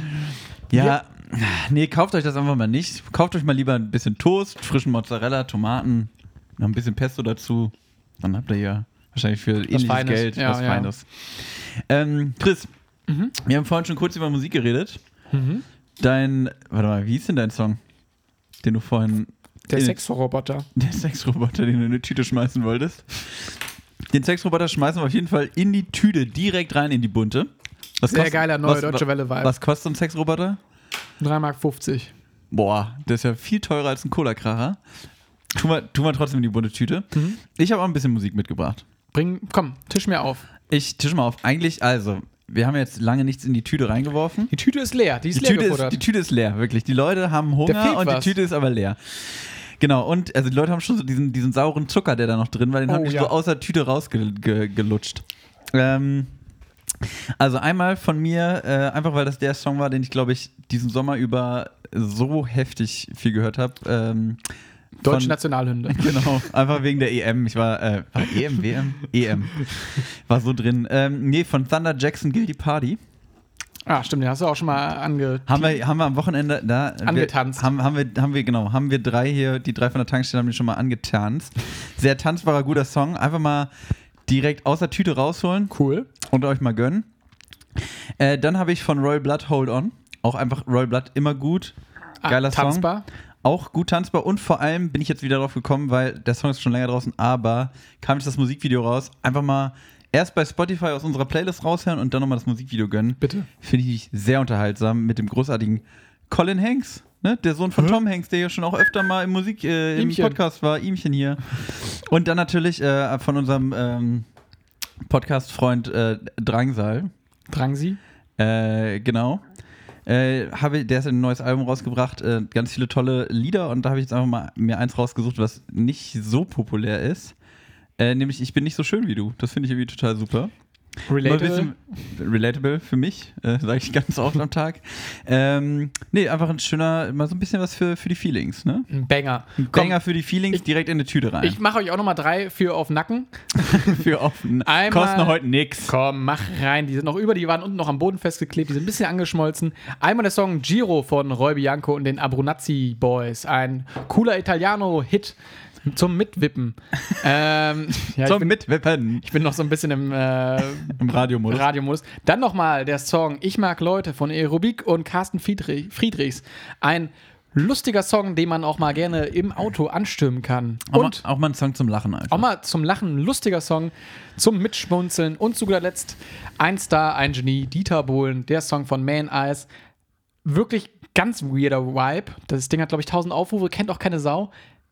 Speaker 2: Ja, nee, kauft euch das einfach mal nicht. Kauft euch mal lieber ein bisschen Toast, frischen Mozzarella, Tomaten, noch ein bisschen Pesto dazu. Dann habt ihr ja wahrscheinlich für ähnliches
Speaker 1: Feines.
Speaker 2: Geld
Speaker 1: Ja, Mhm.
Speaker 2: was
Speaker 1: ja.
Speaker 2: Feines. Ähm, Chris, wir haben vorhin schon kurz über Musik geredet.
Speaker 1: Mhm.
Speaker 2: Dein, warte mal, wie hieß denn dein Song? Den du vorhin.
Speaker 1: Der
Speaker 2: in-
Speaker 1: Sexroboter.
Speaker 2: Der Sexroboter, den du in eine Tüte schmeißen wolltest. Den Sexroboter schmeißen wir auf jeden Fall in die Tüte, direkt rein in die bunte. Was
Speaker 1: Sehr geiler neue
Speaker 2: was,
Speaker 1: Deutsche Welle-Vibe.
Speaker 2: Was kostet so ein Sexroboter?
Speaker 1: 3,50 Mark. 50.
Speaker 2: Boah, der ist ja viel teurer als ein Cola-Kracher. Tun wir, tun wir trotzdem in die bunte Tüte.
Speaker 1: Mhm.
Speaker 2: Ich habe auch ein bisschen Musik mitgebracht.
Speaker 1: Bring, komm, tisch mir auf.
Speaker 2: Ich tisch mal auf. Eigentlich, also, wir haben jetzt lange nichts in die Tüte reingeworfen.
Speaker 1: Die Tüte ist leer, die ist
Speaker 2: Die
Speaker 1: leer
Speaker 2: Tüte ist,
Speaker 1: gefuttert.
Speaker 2: die Tüte ist leer, wirklich. Die Leute haben
Speaker 1: Da fehlt
Speaker 2: Hunger und
Speaker 1: was.
Speaker 2: die Tüte ist aber leer. Genau, und also die Leute haben schon so diesen, diesen sauren Zucker, der da noch drin war, den
Speaker 1: Oh,
Speaker 2: haben die
Speaker 1: ja.
Speaker 2: so aus der Tüte rausgelutscht. Ähm, also einmal von mir, äh, einfach weil das der Song war, den ich, glaube ich, diesen Sommer über so heftig viel gehört habe. Ähm,
Speaker 1: Deutsche
Speaker 2: von-
Speaker 1: Nationalhymne.
Speaker 2: Genau, einfach wegen der EM. Ich war, äh, war EM, WM? EM. E War so drin. Ähm, nee, von Thunder Jackson Guilty Party.
Speaker 1: Ah, stimmt, den hast du auch schon mal ange.
Speaker 2: Haben wir, haben wir am Wochenende da äh,
Speaker 1: Angetanzt.
Speaker 2: Wir, haben, haben wir, haben wir, genau, haben wir drei hier, die drei von der Tankstelle haben den schon mal angetanzt. Sehr tanzbarer, guter Song. Einfach mal direkt aus der Tüte rausholen
Speaker 1: Cool.
Speaker 2: und euch mal gönnen. Äh, dann habe ich von Royal Blood Hold On. Auch einfach Royal Blood immer gut.
Speaker 1: Ah,
Speaker 2: Geiler Song.
Speaker 1: tanzbar.
Speaker 2: Auch gut tanzbar und vor allem bin ich jetzt wieder drauf gekommen, weil der Song ist schon länger draußen, aber kam jetzt das Musikvideo raus. Einfach mal erst bei Spotify aus unserer Playlist raushören und dann nochmal das Musikvideo gönnen.
Speaker 1: Bitte.
Speaker 2: Finde ich sehr unterhaltsam mit dem großartigen Colin Hanks, ne? der Sohn von Tom Hanks, der ja schon auch öfter mal im Musik, äh, im
Speaker 1: Ihmchen.
Speaker 2: Podcast war, ihmchen hier. Und dann natürlich äh, von unserem ähm, Podcast-Freund äh, Drangsal,
Speaker 1: Drang sie.
Speaker 2: äh, genau. Äh, habe, der ist ein neues Album rausgebracht, äh, ganz viele tolle Lieder und da habe ich jetzt einfach mal mir eins rausgesucht, was nicht so populär ist. Äh, nämlich Ich bin nicht so schön wie du. Das finde ich irgendwie total super.
Speaker 1: Relatable.
Speaker 2: Mal wissen- relatable für mich, äh, sage ich ganz oft am Tag. Ähm, nee, einfach ein schöner, mal so ein bisschen was für, für die Feelings, ne?
Speaker 1: Ein Banger.
Speaker 2: Banger für die Feelings
Speaker 1: ich-
Speaker 2: direkt in eine Tüte rein.
Speaker 1: Komm, ich mache euch auch nochmal drei für auf Nacken.
Speaker 2: für offen.
Speaker 1: Einmal-
Speaker 2: Kosten heute nix.
Speaker 1: Komm, mach rein. Die sind noch über die waren unten noch am Boden festgeklebt. Die sind ein bisschen angeschmolzen. Einmal der Song Giro von Roy Bianco und den Abrunazzi Boys. Ein cooler Italiano-Hit zum Mitwippen. ähm, ja, ich,
Speaker 2: Zum
Speaker 1: bin,
Speaker 2: Mitwippen.
Speaker 1: ich bin noch so ein bisschen im äh,
Speaker 2: Im Radiomodus.
Speaker 1: Radiomodus. Dann nochmal der Song Ich mag Leute von Erubik und Carsten Friedrich, Friedrichs. Ein lustiger Song, den man auch mal gerne im Auto anstimmen kann.
Speaker 2: Auch mal-
Speaker 1: Und
Speaker 2: auch mal ein Song zum Lachen einfach.
Speaker 1: auch mal zum Lachen, ein lustiger Song, zum Mitschmunzeln und zu guter Letzt ein Star, ein Genie, Dieter Bohlen, der Song von Man Eyes. Wirklich ganz weirder Vibe. Das Ding hat, glaube ich, 1000 Aufrufe, kennt auch keine Sau.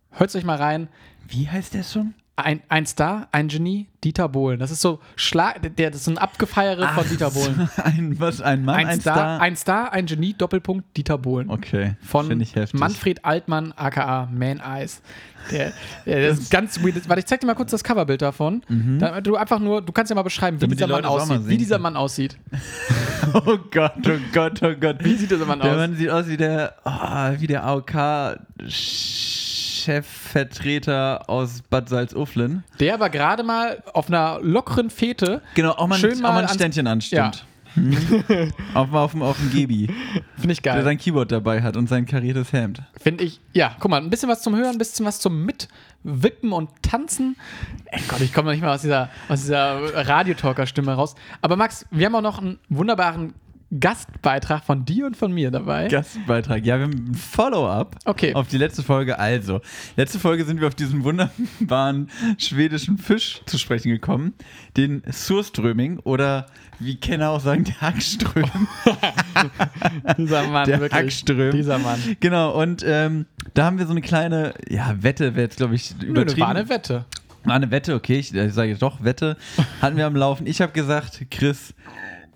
Speaker 1: Hört's euch mal rein.
Speaker 2: Wie heißt der Song?
Speaker 1: Ein, ein Star, ein Genie, Dieter Bohlen. Das ist so Schlag, der, das ist so ein Abgefeiere von Dieter Bohlen.
Speaker 2: Ein, was, ein Mann,
Speaker 1: Ein, Star, ein Star, ein Genie, Doppelpunkt, Dieter Bohlen.
Speaker 2: okay,
Speaker 1: Von
Speaker 2: finde ich heftig.
Speaker 1: Manfred Altmann, aka Man Eyes. Der, der das ist ganz weird. Warte, ich zeig dir mal kurz das Coverbild davon. Damit du einfach nur, du kannst ja mal beschreiben, wie
Speaker 2: Mhm. Damit die
Speaker 1: dieser Mann
Speaker 2: Leute das auch mal
Speaker 1: aussieht. Wie
Speaker 2: sehen
Speaker 1: dieser
Speaker 2: können.
Speaker 1: Mann aussieht.
Speaker 2: Oh Gott, oh Gott, oh Gott.
Speaker 1: Wie sieht dieser Mann
Speaker 2: der
Speaker 1: aus?
Speaker 2: Mann sieht aus wie der, ah, wie der AOK-Chefvertreter aus Bad Salzuflen.
Speaker 1: Der war gerade mal auf einer lockeren Fete.
Speaker 2: Genau, auch mal,
Speaker 1: Schön
Speaker 2: ein,
Speaker 1: mal
Speaker 2: auch mal ein
Speaker 1: ans-
Speaker 2: Ständchen anstimmt. Mhm. auf, auf, dem- auf dem Gebi,
Speaker 1: Finde ich
Speaker 2: der
Speaker 1: geil.
Speaker 2: sein Keyboard dabei hat und sein kariertes Hemd.
Speaker 1: Finde ich, ja, guck mal, ein bisschen was zum Hören, ein bisschen was zum Mitwippen und Tanzen. Ey Gott, ich komme nicht mal aus dieser, aus dieser Radiotalker-Stimme raus. Aber Max, wir haben auch noch einen wunderbaren Gastbeitrag von dir und von mir dabei.
Speaker 2: Gastbeitrag. Ja, wir haben ein Follow-up
Speaker 1: Okay.
Speaker 2: auf die letzte Folge. Also, letzte Folge sind wir auf diesen wunderbaren schwedischen Fisch zu sprechen gekommen, den Surströming oder wie Kenner auch sagen, der
Speaker 1: Oh.
Speaker 2: Hackström.
Speaker 1: Dieser Mann,
Speaker 2: Der
Speaker 1: wirklich.
Speaker 2: Hackström.
Speaker 1: Dieser Mann.
Speaker 2: genau, und ähm, da haben wir so eine kleine, ja, Wette wäre jetzt, glaube ich,
Speaker 1: Nö,
Speaker 2: übertrieben.
Speaker 1: das war eine Wette.
Speaker 2: War Ah, eine Wette, okay, ich, ich sage doch Wette, hatten wir am Laufen. Ich habe gesagt, Chris,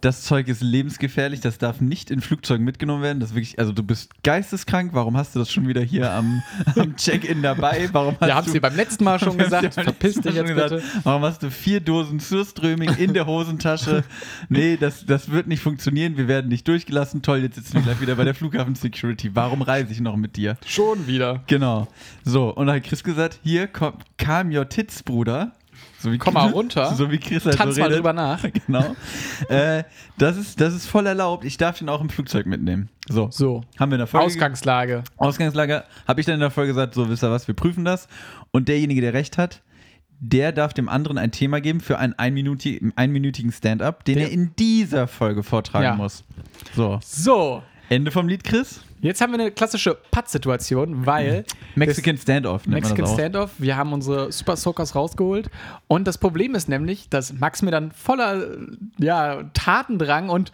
Speaker 2: das Zeug ist lebensgefährlich, das darf nicht in Flugzeugen mitgenommen werden. Das ist wirklich, also du bist geisteskrank, warum hast du das schon wieder hier am, am Check-in dabei? Warum hast
Speaker 1: Wir haben es
Speaker 2: du-
Speaker 1: dir beim letzten Mal schon gesagt.
Speaker 2: Hab's dir beim
Speaker 1: Verpiss
Speaker 2: letzten
Speaker 1: dich
Speaker 2: Mal
Speaker 1: jetzt
Speaker 2: schon
Speaker 1: bitte.
Speaker 2: gesagt. Warum hast du vier Dosen Surströming in der Hosentasche? nee, das, das wird nicht funktionieren. Wir werden nicht durchgelassen. Toll, jetzt sitzen wir gleich wieder bei der Flughafen Security. Warum reise ich noch mit dir?
Speaker 1: Schon wieder.
Speaker 2: Genau. So, und dann hat Chris gesagt, hier komm, kam your tits, Bruder. So wie
Speaker 1: Komm mal runter.
Speaker 2: So wie Chris halt
Speaker 1: Tanz
Speaker 2: so
Speaker 1: mal
Speaker 2: redet.
Speaker 1: drüber nach.
Speaker 2: Genau. äh, das, ist, das ist voll erlaubt. Ich darf den auch im Flugzeug mitnehmen. So.
Speaker 1: So.
Speaker 2: Haben wir in der Folge.
Speaker 1: Ausgangslage.
Speaker 2: Ausgangslage habe ich dann in der Folge gesagt, so wisst ihr was, wir prüfen das. Und derjenige, der recht hat, der darf dem anderen ein Thema geben für einen einminüti- einminütigen Stand-up, den
Speaker 1: Der-
Speaker 2: er in dieser Folge vortragen
Speaker 1: Ja.
Speaker 2: muss. So,
Speaker 1: So.
Speaker 2: Ende vom Lied, Chris.
Speaker 1: Jetzt haben wir eine klassische Patt-Situation, weil
Speaker 2: Mhm. Mexican Standoff nennt
Speaker 1: Mexican
Speaker 2: man das auch.
Speaker 1: Standoff. Wir haben unsere Super Soakers rausgeholt. Und das Problem ist nämlich, dass Max mir dann voller ja, Tatendrang und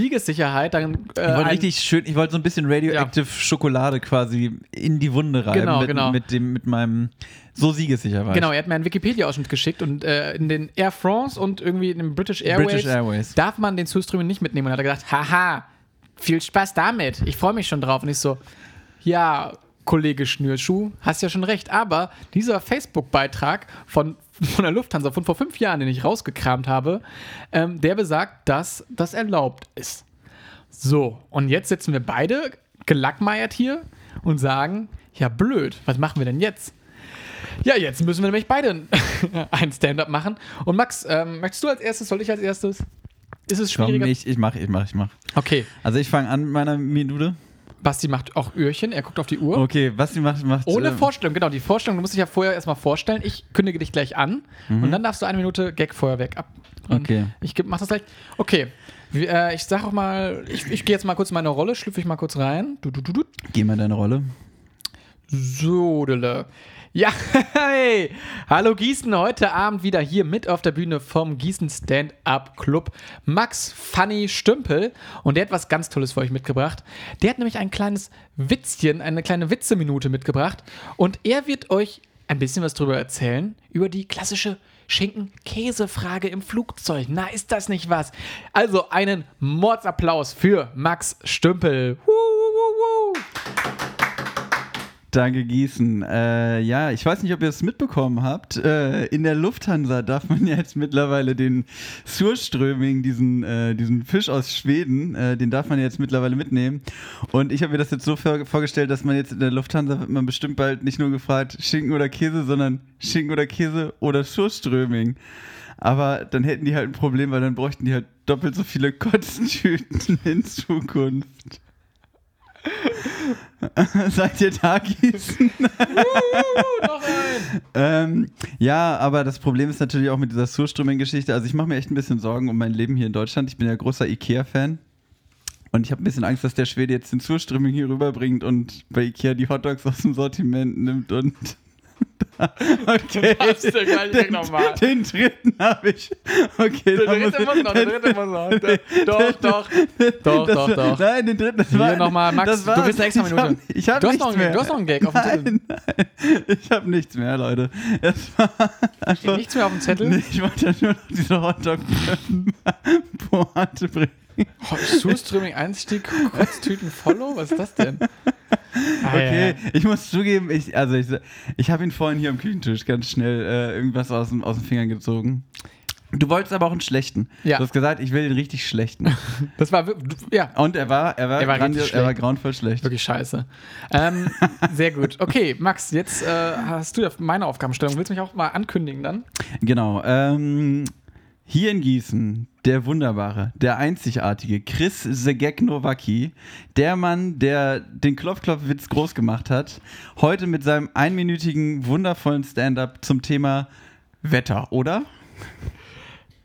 Speaker 1: Siegessicherheit dann. Äh,
Speaker 2: Ich
Speaker 1: ein-
Speaker 2: wollte richtig schön, ich wollte so ein bisschen Radioactive Schokolade quasi in die Wunde reiben
Speaker 1: Genau,
Speaker 2: mit,
Speaker 1: genau.
Speaker 2: mit dem mit meinem so siegessicher war. ich.
Speaker 1: Genau, er hat mir einen Wikipedia-Ausschnitt geschickt und äh, in den Air France und irgendwie in den British Airways,
Speaker 2: British Airways.
Speaker 1: darf man den Zuströmen nicht mitnehmen. Und hat er gesagt, haha, viel Spaß damit, ich freue mich schon drauf. Und ich so, ja, Kollege Schnürschuh, hast ja schon recht, aber dieser Facebook-Beitrag von, von der Lufthansa von vor fünf Jahren, den ich rausgekramt habe, ähm, der besagt, dass das erlaubt ist. So, und jetzt sitzen wir beide gelackmeiert hier und sagen, ja blöd, was machen wir denn jetzt? Ja, jetzt müssen wir nämlich beide ein Stand-up machen. Und Max, ähm, möchtest du als erstes, soll ich als erstes? Ist es
Speaker 2: Komm,
Speaker 1: schwieriger?
Speaker 2: ich, ich mach, ich mach, ich mach.
Speaker 1: Okay,
Speaker 2: Also ich fange an mit meiner Minute.
Speaker 1: Basti macht auch Öhrchen, er guckt auf die Uhr.
Speaker 2: Okay, was sie macht, macht.
Speaker 1: Oh. Ohne
Speaker 2: ähm,
Speaker 1: Vorstellung, genau, die Vorstellung, du musst dich ja vorher erstmal vorstellen. Ich kündige dich gleich an und dann darfst du eine Minute Gag-Feuerwerk ab. Und
Speaker 2: Mhm. Okay.
Speaker 1: Ich geb- mach das gleich. Okay, wie, äh, ich sag auch mal, ich, ich gehe jetzt mal kurz in meine Rolle, schlüpfe ich mal kurz rein. Du, du, du, du.
Speaker 2: Geh mal deine Rolle.
Speaker 1: Sodele. Ja, hey. Hallo Gießen, heute Abend wieder hier mit auf der Bühne vom Gießen Stand-Up Club Max Funny Stümpel und der hat was ganz Tolles für euch mitgebracht. Der hat nämlich ein kleines Witzchen, eine kleine Witzeminute mitgebracht und er wird euch ein bisschen was drüber erzählen, über die klassische Schinken-Käse-Frage im Flugzeug. Na, ist das nicht was? Also einen Mordsapplaus für Max Stümpel. Woo, woo, woo, woo.
Speaker 2: Danke, Gießen. Äh, ja, ich weiß nicht, ob ihr es mitbekommen habt. Äh, in der Lufthansa darf man ja jetzt mittlerweile den Surströming, diesen, äh, diesen Fisch aus Schweden, äh, den darf man ja jetzt mittlerweile mitnehmen. Und ich habe mir das jetzt so vor- vorgestellt, dass man jetzt in der Lufthansa wird man bestimmt bald nicht nur gefragt, Schinken oder Käse, sondern Schinken oder Käse oder Surströming. Aber dann hätten die halt ein Problem, weil dann bräuchten die halt doppelt so viele Kotztüten in Zukunft. Seid ihr da, Gießen?
Speaker 1: Noch ein.
Speaker 2: Ähm, ja, aber das Problem ist natürlich auch mit dieser Surströmming-Geschichte. Also ich mache mir echt ein bisschen Sorgen um mein Leben hier in Deutschland. Ich bin ja großer Ikea-Fan. Und ich habe ein bisschen Angst, dass der Schwede jetzt den Surströmming hier rüberbringt und bei Ikea die Hotdogs aus dem Sortiment nimmt und... okay.
Speaker 1: Hab's dir gleich
Speaker 2: Den,
Speaker 1: nochmal.
Speaker 2: den dritten habe ich. Okay,
Speaker 1: Der
Speaker 2: dann
Speaker 1: dritte muss noch, der dritte muss noch. Der- Doch, doch. Doch,
Speaker 2: das,
Speaker 1: doch, doch.
Speaker 2: Nein, den dritten, das
Speaker 1: Hier
Speaker 2: war...
Speaker 1: nochmal, Max,
Speaker 2: das
Speaker 1: du
Speaker 2: war's.
Speaker 1: kriegst eine extra
Speaker 2: Ich
Speaker 1: Minute.
Speaker 2: hab- Ich habe
Speaker 1: Du hast
Speaker 2: nichts
Speaker 1: noch einen-
Speaker 2: mehr.
Speaker 1: du hast noch einen Gag auf dem Zettel.
Speaker 2: Nein, nein, ich habe nichts mehr, Leute. Es war einfach...
Speaker 1: Nichts mehr auf dem Zettel.
Speaker 2: Nee, ich wollte nur noch diese Hotdog-Pointe bringen.
Speaker 1: Oh, Shoestreaming-Einstieg, Kotztüten-Follow? Was ist das denn?
Speaker 2: Ah,
Speaker 1: Ah,
Speaker 2: Okay, ich muss zugeben, ich, also ich, ich habe ihn vorhin hier am Küchentisch ganz schnell äh, irgendwas aus, dem- aus den Fingern gezogen. Du wolltest aber auch einen schlechten.
Speaker 1: Ja.
Speaker 2: Du hast gesagt, ich will den richtig schlechten.
Speaker 1: Das war wirklich, ja,
Speaker 2: Und er war, er war,
Speaker 1: Er war
Speaker 2: grandios-
Speaker 1: richtig
Speaker 2: er war
Speaker 1: schlecht.
Speaker 2: grauenvoll schlecht.
Speaker 1: wirklich scheiße. Ähm, sehr gut. Okay, Max, jetzt äh, hast du ja meine Aufgabenstellung. Willst du mich auch mal ankündigen dann?
Speaker 2: Genau. Ähm, hier in Gießen, der wunderbare, der einzigartige Chris Segek Nowacki, der Mann, der den Klopf-Klopf-Witz groß gemacht hat, heute mit seinem einminütigen, wundervollen Stand-up zum Thema Wetter, oder?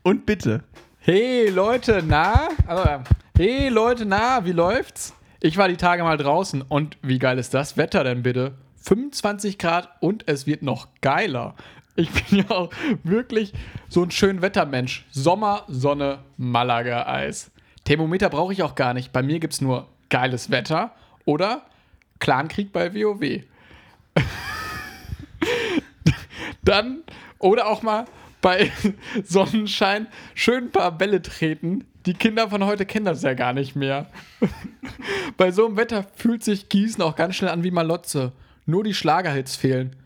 Speaker 2: Und bitte.
Speaker 1: Hey Leute, na? Also, äh, hey Leute, na, wie läuft's? Ich war die Tage mal draußen und wie geil ist das Wetter denn bitte? 25 Grad und es wird noch geiler. Ich bin ja auch wirklich so ein schön Wettermensch. Sommer, Sonne, Malaga Eis. Thermometer brauche ich auch gar nicht. Bei mir gibt's nur geiles Wetter oder Clankrieg bei WoW. Dann oder auch mal bei Sonnenschein schön ein paar Bälle treten. Die Kinder von heute kennen das ja gar nicht mehr. bei so einem Wetter fühlt sich Gießen auch ganz schnell an wie Malotze. Nur die Schlagerhits fehlen.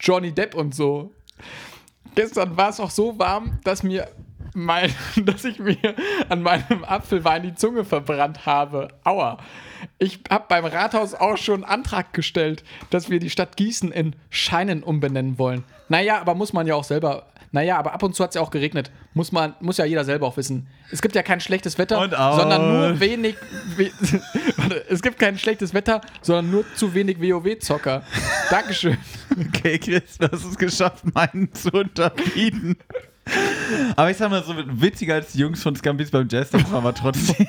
Speaker 1: Johnny Depp und so. Gestern war es auch so warm, dass mir mein, dass ich mir an meinem Apfelwein die Zunge verbrannt habe. Aua. Ich habe beim Rathaus auch schon einen Antrag gestellt, dass wir die Stadt Gießen in Scheinen umbenennen wollen. Naja, aber muss man ja auch selber Naja, aber ab und zu hat es ja auch geregnet. Muss man, muss ja jeder selber auch wissen. Es gibt ja kein schlechtes Wetter,
Speaker 2: Und aus.
Speaker 1: sondern nur wenig. We Warte, es gibt kein schlechtes Wetter, sondern nur zu wenig WoW-Zocker. Dankeschön.
Speaker 2: Okay, Chris, du hast es geschafft, meinen zu unterbieten. Aber ich sag mal, so witziger als die Jungs von Scampis beim Jazz, das war aber trotzdem.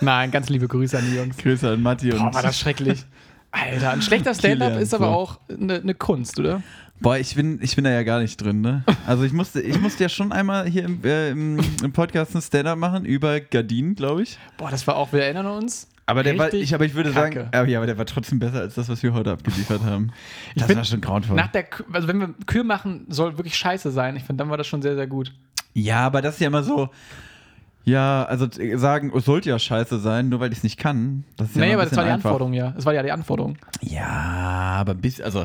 Speaker 1: Nein, ganz liebe Grüße an die Jungs.
Speaker 2: Grüße an Matti und.
Speaker 1: Boah, war das schrecklich. Alter, ein schlechter Stand-up
Speaker 2: Kilian,
Speaker 1: ist aber
Speaker 2: so.
Speaker 1: auch eine ne Kunst, oder?
Speaker 2: Boah, ich bin, ich bin da ja gar nicht drin, ne? Also ich musste, ich musste ja schon einmal hier im, äh, im, im Podcast einen Stand-up machen über Gardinen, glaube ich.
Speaker 1: Boah, das war auch, wir erinnern uns.
Speaker 2: Aber der war,
Speaker 1: Richtig
Speaker 2: ich, aber ich würde
Speaker 1: kacke.
Speaker 2: sagen, aber, ja, aber der war trotzdem besser als das, was wir heute abgeliefert haben. Das
Speaker 1: bin-
Speaker 2: war schon grauenvoll.
Speaker 1: Nach der, Kü- also wenn wir Kür machen, soll wirklich scheiße sein. Ich finde, dann war das schon sehr, sehr gut.
Speaker 2: Ja, aber das ist ja immer so. Ja, also t- sagen, es sollte ja scheiße sein, nur weil ich es nicht kann. Das ist ja
Speaker 1: nee, aber
Speaker 2: immer ein
Speaker 1: das war die
Speaker 2: bisschen einfach.
Speaker 1: Anforderung, ja. Das war ja die Anforderung.
Speaker 2: Ja, aber ein bisschen, also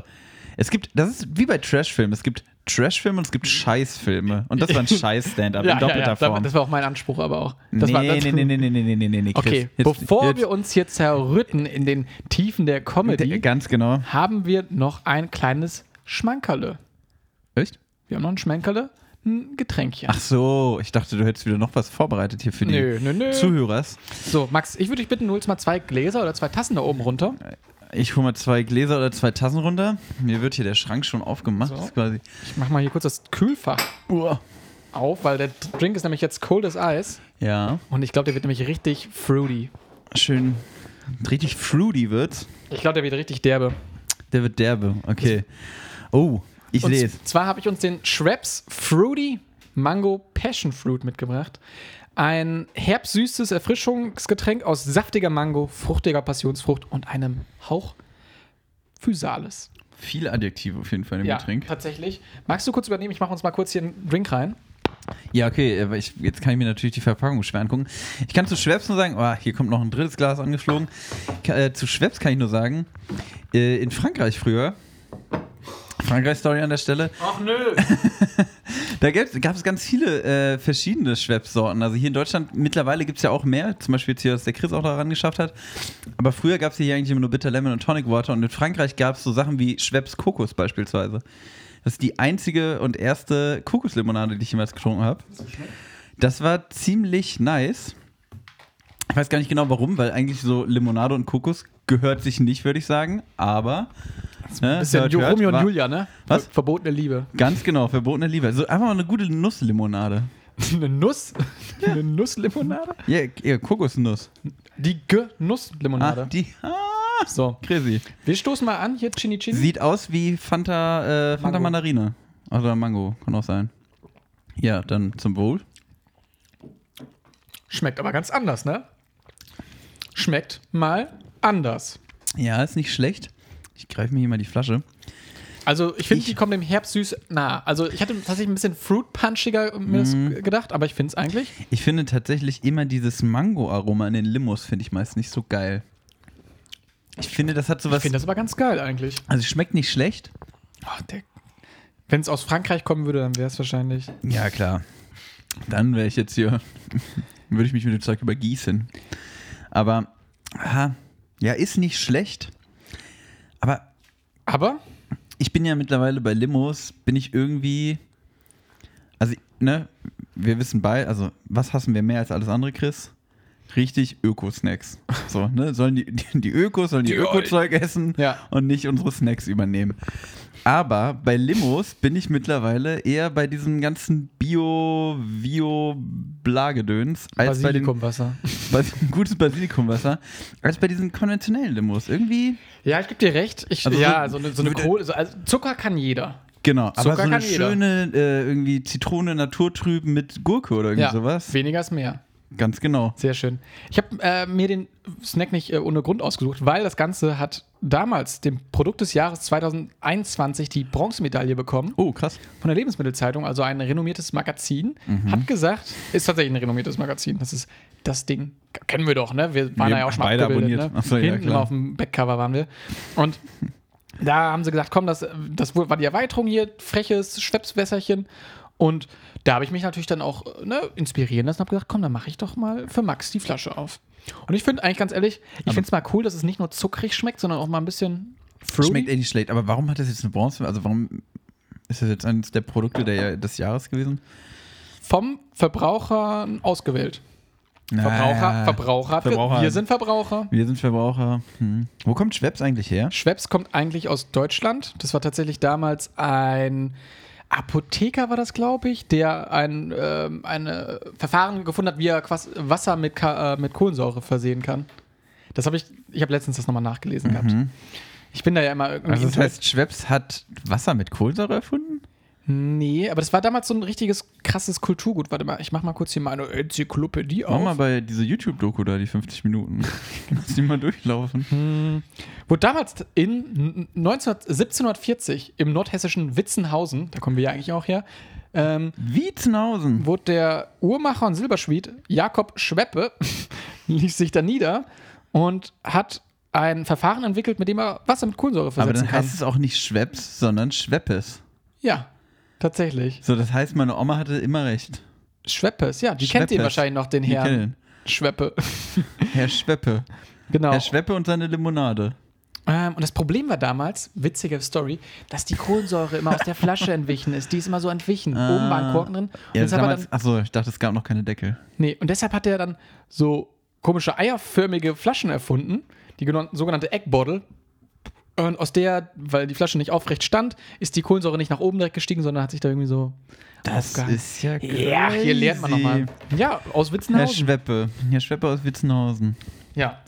Speaker 2: es gibt, das ist wie bei Trashfilmen, es gibt Trashfilme und es gibt Scheißfilme. Und das war ein Scheiß-Stand-up in doppelter Form.
Speaker 1: Das war auch mein Anspruch, aber auch. Das war, das,
Speaker 2: nee, nee, nee, nee, nee, nee, Chris.
Speaker 1: Okay,
Speaker 2: Jetzt-
Speaker 1: bevor
Speaker 2: jetzt-
Speaker 1: wir uns hier zerrütten in den Tiefen der Comedy,
Speaker 2: Ganz genau.
Speaker 1: haben wir noch ein kleines Schmankerle.
Speaker 2: Echt?
Speaker 1: Wir haben noch ein Schmankerle, ein Getränkchen.
Speaker 2: Ach so, ich dachte, du hättest wieder noch was vorbereitet hier für die
Speaker 1: Nö, nö, nö.
Speaker 2: Zuhörers.
Speaker 1: So, Max, ich würde dich bitten, du holst mal zwei Gläser oder zwei Tassen da oben runter.
Speaker 2: Ich hole mal zwei Gläser oder zwei Tassen runter. Mir wird hier der Schrank schon aufgemacht.
Speaker 1: So.
Speaker 2: Das ist quasi.
Speaker 1: Ich mach mal hier kurz das Kühlfach
Speaker 2: Uah.
Speaker 1: auf, weil der Drink ist nämlich jetzt cold as Eis.
Speaker 2: Ja,
Speaker 1: Und ich glaube, der wird nämlich richtig fruity.
Speaker 2: schön. Richtig fruity wird's.
Speaker 1: Ich glaube, der wird richtig derbe.
Speaker 2: Der wird derbe. Okay. Oh, ich
Speaker 1: Und
Speaker 2: sehe es.
Speaker 1: zwar habe ich uns den Schweppes Fruity Mango Passion Fruit mitgebracht. Ein herbsüßes Erfrischungsgetränk aus saftiger Mango, fruchtiger Passionsfrucht und einem Hauch Physalis.
Speaker 2: Viele Adjektive auf jeden Fall im
Speaker 1: Ja,
Speaker 2: Getränk.
Speaker 1: tatsächlich. Magst du kurz übernehmen? Ich mache uns mal kurz hier einen Drink rein.
Speaker 2: Ja, okay, aber ich, jetzt kann ich mir natürlich die Verpackung schwer angucken. Ich kann zu Schweppes nur sagen, oh, hier kommt noch ein drittes Glas angeflogen. Ka- äh, zu Schweppes kann ich nur sagen, äh, in Frankreich früher, Frankreich-Story an der Stelle,
Speaker 1: Ach nö.
Speaker 2: da gab es ganz viele äh, verschiedene Schweppes-Sorten. Also hier in Deutschland mittlerweile gibt es ja auch mehr, zum Beispiel jetzt hier, was der Chris auch daran geschafft hat. Aber früher gab es hier eigentlich immer nur Bitter Lemon und Tonic Water und in Frankreich gab es so Sachen wie Schweppes Kokos beispielsweise. Das ist die einzige und erste Kokoslimonade, die ich jemals getrunken habe. Das war ziemlich nice. Ich weiß gar nicht genau warum, weil eigentlich so Limonade und Kokos gehört sich nicht, würde ich sagen. Aber. Ne,
Speaker 1: Bisschen
Speaker 2: hört,
Speaker 1: Ju-
Speaker 2: hört,
Speaker 1: Romeo und
Speaker 2: war-
Speaker 1: Julia, ne?
Speaker 2: Was?
Speaker 1: Ver- Verbotene Liebe.
Speaker 2: Ganz genau, verbotene Liebe. Also einfach mal eine gute Nusslimonade.
Speaker 1: Eine Nuss? Eine Nusslimonade?
Speaker 2: Ja, ja Kokosnuss.
Speaker 1: Die Genusslimonade.
Speaker 2: Ah, die. Ah,
Speaker 1: so,
Speaker 2: crazy.
Speaker 1: wir stoßen mal an. Hier, Chini Chini.
Speaker 2: Sieht aus wie Fanta, äh,
Speaker 1: Mango.
Speaker 2: Fanta Mandarine. Oder Mango, kann auch sein. Ja, dann zum Wohl.
Speaker 1: Schmeckt aber ganz anders, ne? Schmeckt mal anders.
Speaker 2: Ja, ist nicht schlecht. Ich greife mir hier mal die Flasche.
Speaker 1: Also ich finde,
Speaker 2: Ich-
Speaker 1: die kommt dem Herbst süß nah. Also ich hatte tatsächlich ein bisschen fruit-punchiger mir das gedacht, aber ich finde es eigentlich.
Speaker 2: Ich finde tatsächlich immer dieses Mango-Aroma in den Limos, finde ich meist nicht so geil. Ich finde, das hat
Speaker 1: Ich
Speaker 2: sowas.
Speaker 1: finde das aber ganz geil eigentlich.
Speaker 2: also, es schmeckt nicht schlecht.
Speaker 1: Oh, der- Wenn es aus Frankreich kommen würde, dann wäre es wahrscheinlich.
Speaker 2: Ja, klar. Dann wäre ich jetzt hier. würde ich mich mit dem Zeug übergießen. Aber, aha, ja, ist nicht schlecht. Aber
Speaker 1: Aber
Speaker 2: ich bin ja mittlerweile bei Limos, bin ich irgendwie. Also, ne, wir wissen bei, also, was hassen wir mehr als alles andere, Chris? Richtig Öko-Snacks. So, ne, sollen die, die, die Ökos, sollen die,
Speaker 1: Die
Speaker 2: Öko-Zeug essen
Speaker 1: Ja.
Speaker 2: und nicht unsere Snacks übernehmen. Aber bei Limos bin ich mittlerweile eher bei diesem ganzen Bio, Bio, Blagedöns als bei dem
Speaker 1: Basilikumwasser.
Speaker 2: Bas gutes Basilikumwasser, als bei diesen konventionellen Limos. Irgendwie,
Speaker 1: Ja, ich gebe dir recht. Ich,
Speaker 2: Also so-
Speaker 1: ja, so, eine, so eine
Speaker 2: würde-
Speaker 1: Kohle. So, also Zucker kann jeder.
Speaker 2: Genau, aber
Speaker 1: Zucker
Speaker 2: so eine
Speaker 1: kann jeder.
Speaker 2: schöne äh, irgendwie Zitrone naturtrüben mit Gurke oder irgendwie
Speaker 1: Ja,
Speaker 2: sowas.
Speaker 1: weniger ist mehr.
Speaker 2: Ganz genau.
Speaker 1: Sehr schön. Ich habe äh, mir den Snack nicht äh, ohne Grund ausgesucht, weil das Ganze hat damals dem Produkt des Jahres 2021 die Bronzemedaille bekommen
Speaker 2: Oh, krass.
Speaker 1: von der Lebensmittelzeitung, also ein renommiertes Magazin,
Speaker 2: Mhm.
Speaker 1: hat gesagt, ist tatsächlich ein renommiertes Magazin, das ist das Ding, kennen wir doch, ne? Wir waren
Speaker 2: Wir
Speaker 1: ja auch schon
Speaker 2: beide
Speaker 1: abgebildet,
Speaker 2: abonniert.
Speaker 1: ne?
Speaker 2: Ach so, ja,
Speaker 1: Hinten
Speaker 2: klar.
Speaker 1: auf dem Backcover waren wir. Und da haben sie gesagt, komm, das, das war die Erweiterung hier, freches Schwepswässerchen. Und da habe ich mich natürlich dann auch ne, inspirieren lassen und habe gesagt, komm, dann mache ich doch mal für Max die Flasche auf. Und ich finde eigentlich ganz ehrlich, ich finde es mal cool, dass es nicht nur zuckrig schmeckt, sondern auch mal ein bisschen fruity.
Speaker 2: Schmeckt eh nicht schlecht, aber warum hat das jetzt eine Bronze? Also warum Ist das jetzt eines der Produkte der, des Jahres gewesen?
Speaker 1: Vom Verbraucher ausgewählt. Verbraucher,
Speaker 2: Ah,
Speaker 1: Verbraucher, hat ge-
Speaker 2: Verbraucher.
Speaker 1: Wir sind Verbraucher.
Speaker 2: Wir sind Verbraucher. Hm. Wo kommt Schweppes eigentlich her?
Speaker 1: Schweppes kommt eigentlich aus Deutschland. Das war tatsächlich damals ein Apotheker, war das, glaube ich, der ein ähm, eine Verfahren gefunden hat, wie er Quas Wasser mit, Ka äh, mit Kohlensäure versehen kann. Das habe ich, ich habe letztens das nochmal nachgelesen gehabt. Ich bin da ja immer irgendwie.
Speaker 2: Mhm. Also das heißt, Schweppes hat Wasser mit Kohlensäure erfunden?
Speaker 1: nee, aber das war damals so ein richtiges krasses Kulturgut. Warte mal, ich mach mal kurz hier meine Enzyklopädie auf.
Speaker 2: Mach mal bei dieser YouTube-Doku da, die 50 Minuten. Lass die mal durchlaufen.
Speaker 1: Hm. Wurde damals in 19, 1740 im nordhessischen Witzenhausen, da kommen wir ja eigentlich auch her, ähm,
Speaker 2: Wietzenhausen.
Speaker 1: wurde der Uhrmacher und Silberschmied Jakob Schweppe, ließ sich da nieder und hat ein Verfahren entwickelt, mit dem er Wasser mit Kohlensäure
Speaker 2: Aber
Speaker 1: versetzen
Speaker 2: dann
Speaker 1: kann.
Speaker 2: heißt es auch nicht Schweppes, sondern Schweppes.
Speaker 1: ja, tatsächlich.
Speaker 2: So, das heißt, meine Oma hatte immer recht.
Speaker 1: Schweppes, ja, die kennt
Speaker 2: Schweppes.
Speaker 1: ihr wahrscheinlich noch, den
Speaker 2: Die
Speaker 1: Herrn
Speaker 2: kennen
Speaker 1: Schweppe.
Speaker 2: ihn. Herr Schweppe.
Speaker 1: genau.
Speaker 2: Herr Schweppe und seine Limonade.
Speaker 1: Ähm, und das Problem war damals, witzige Story, dass die Kohlensäure immer aus der Flasche entwichen ist. Die ist immer so entwichen. Oben war ein Korken drin. Und
Speaker 2: Ah. Ja,
Speaker 1: das hat er
Speaker 2: damals, achso, ich dachte, es gab noch keine Deckel.
Speaker 1: Nee, und deshalb hat er dann so komische eierförmige Flaschen erfunden, die genon- sogenannte Eggbottle. Und aus der, weil die Flasche nicht aufrecht stand, ist die Kohlensäure nicht nach oben direkt gestiegen, sondern hat sich da irgendwie so.
Speaker 2: Das
Speaker 1: Aufgang.
Speaker 2: ist ja crazy.
Speaker 1: Ja, hier lernt man nochmal. Ja, aus
Speaker 2: Herr
Speaker 1: Witzenhausen.
Speaker 2: Schweppe. Herr Schweppe aus Witzenhausen.
Speaker 1: Ja.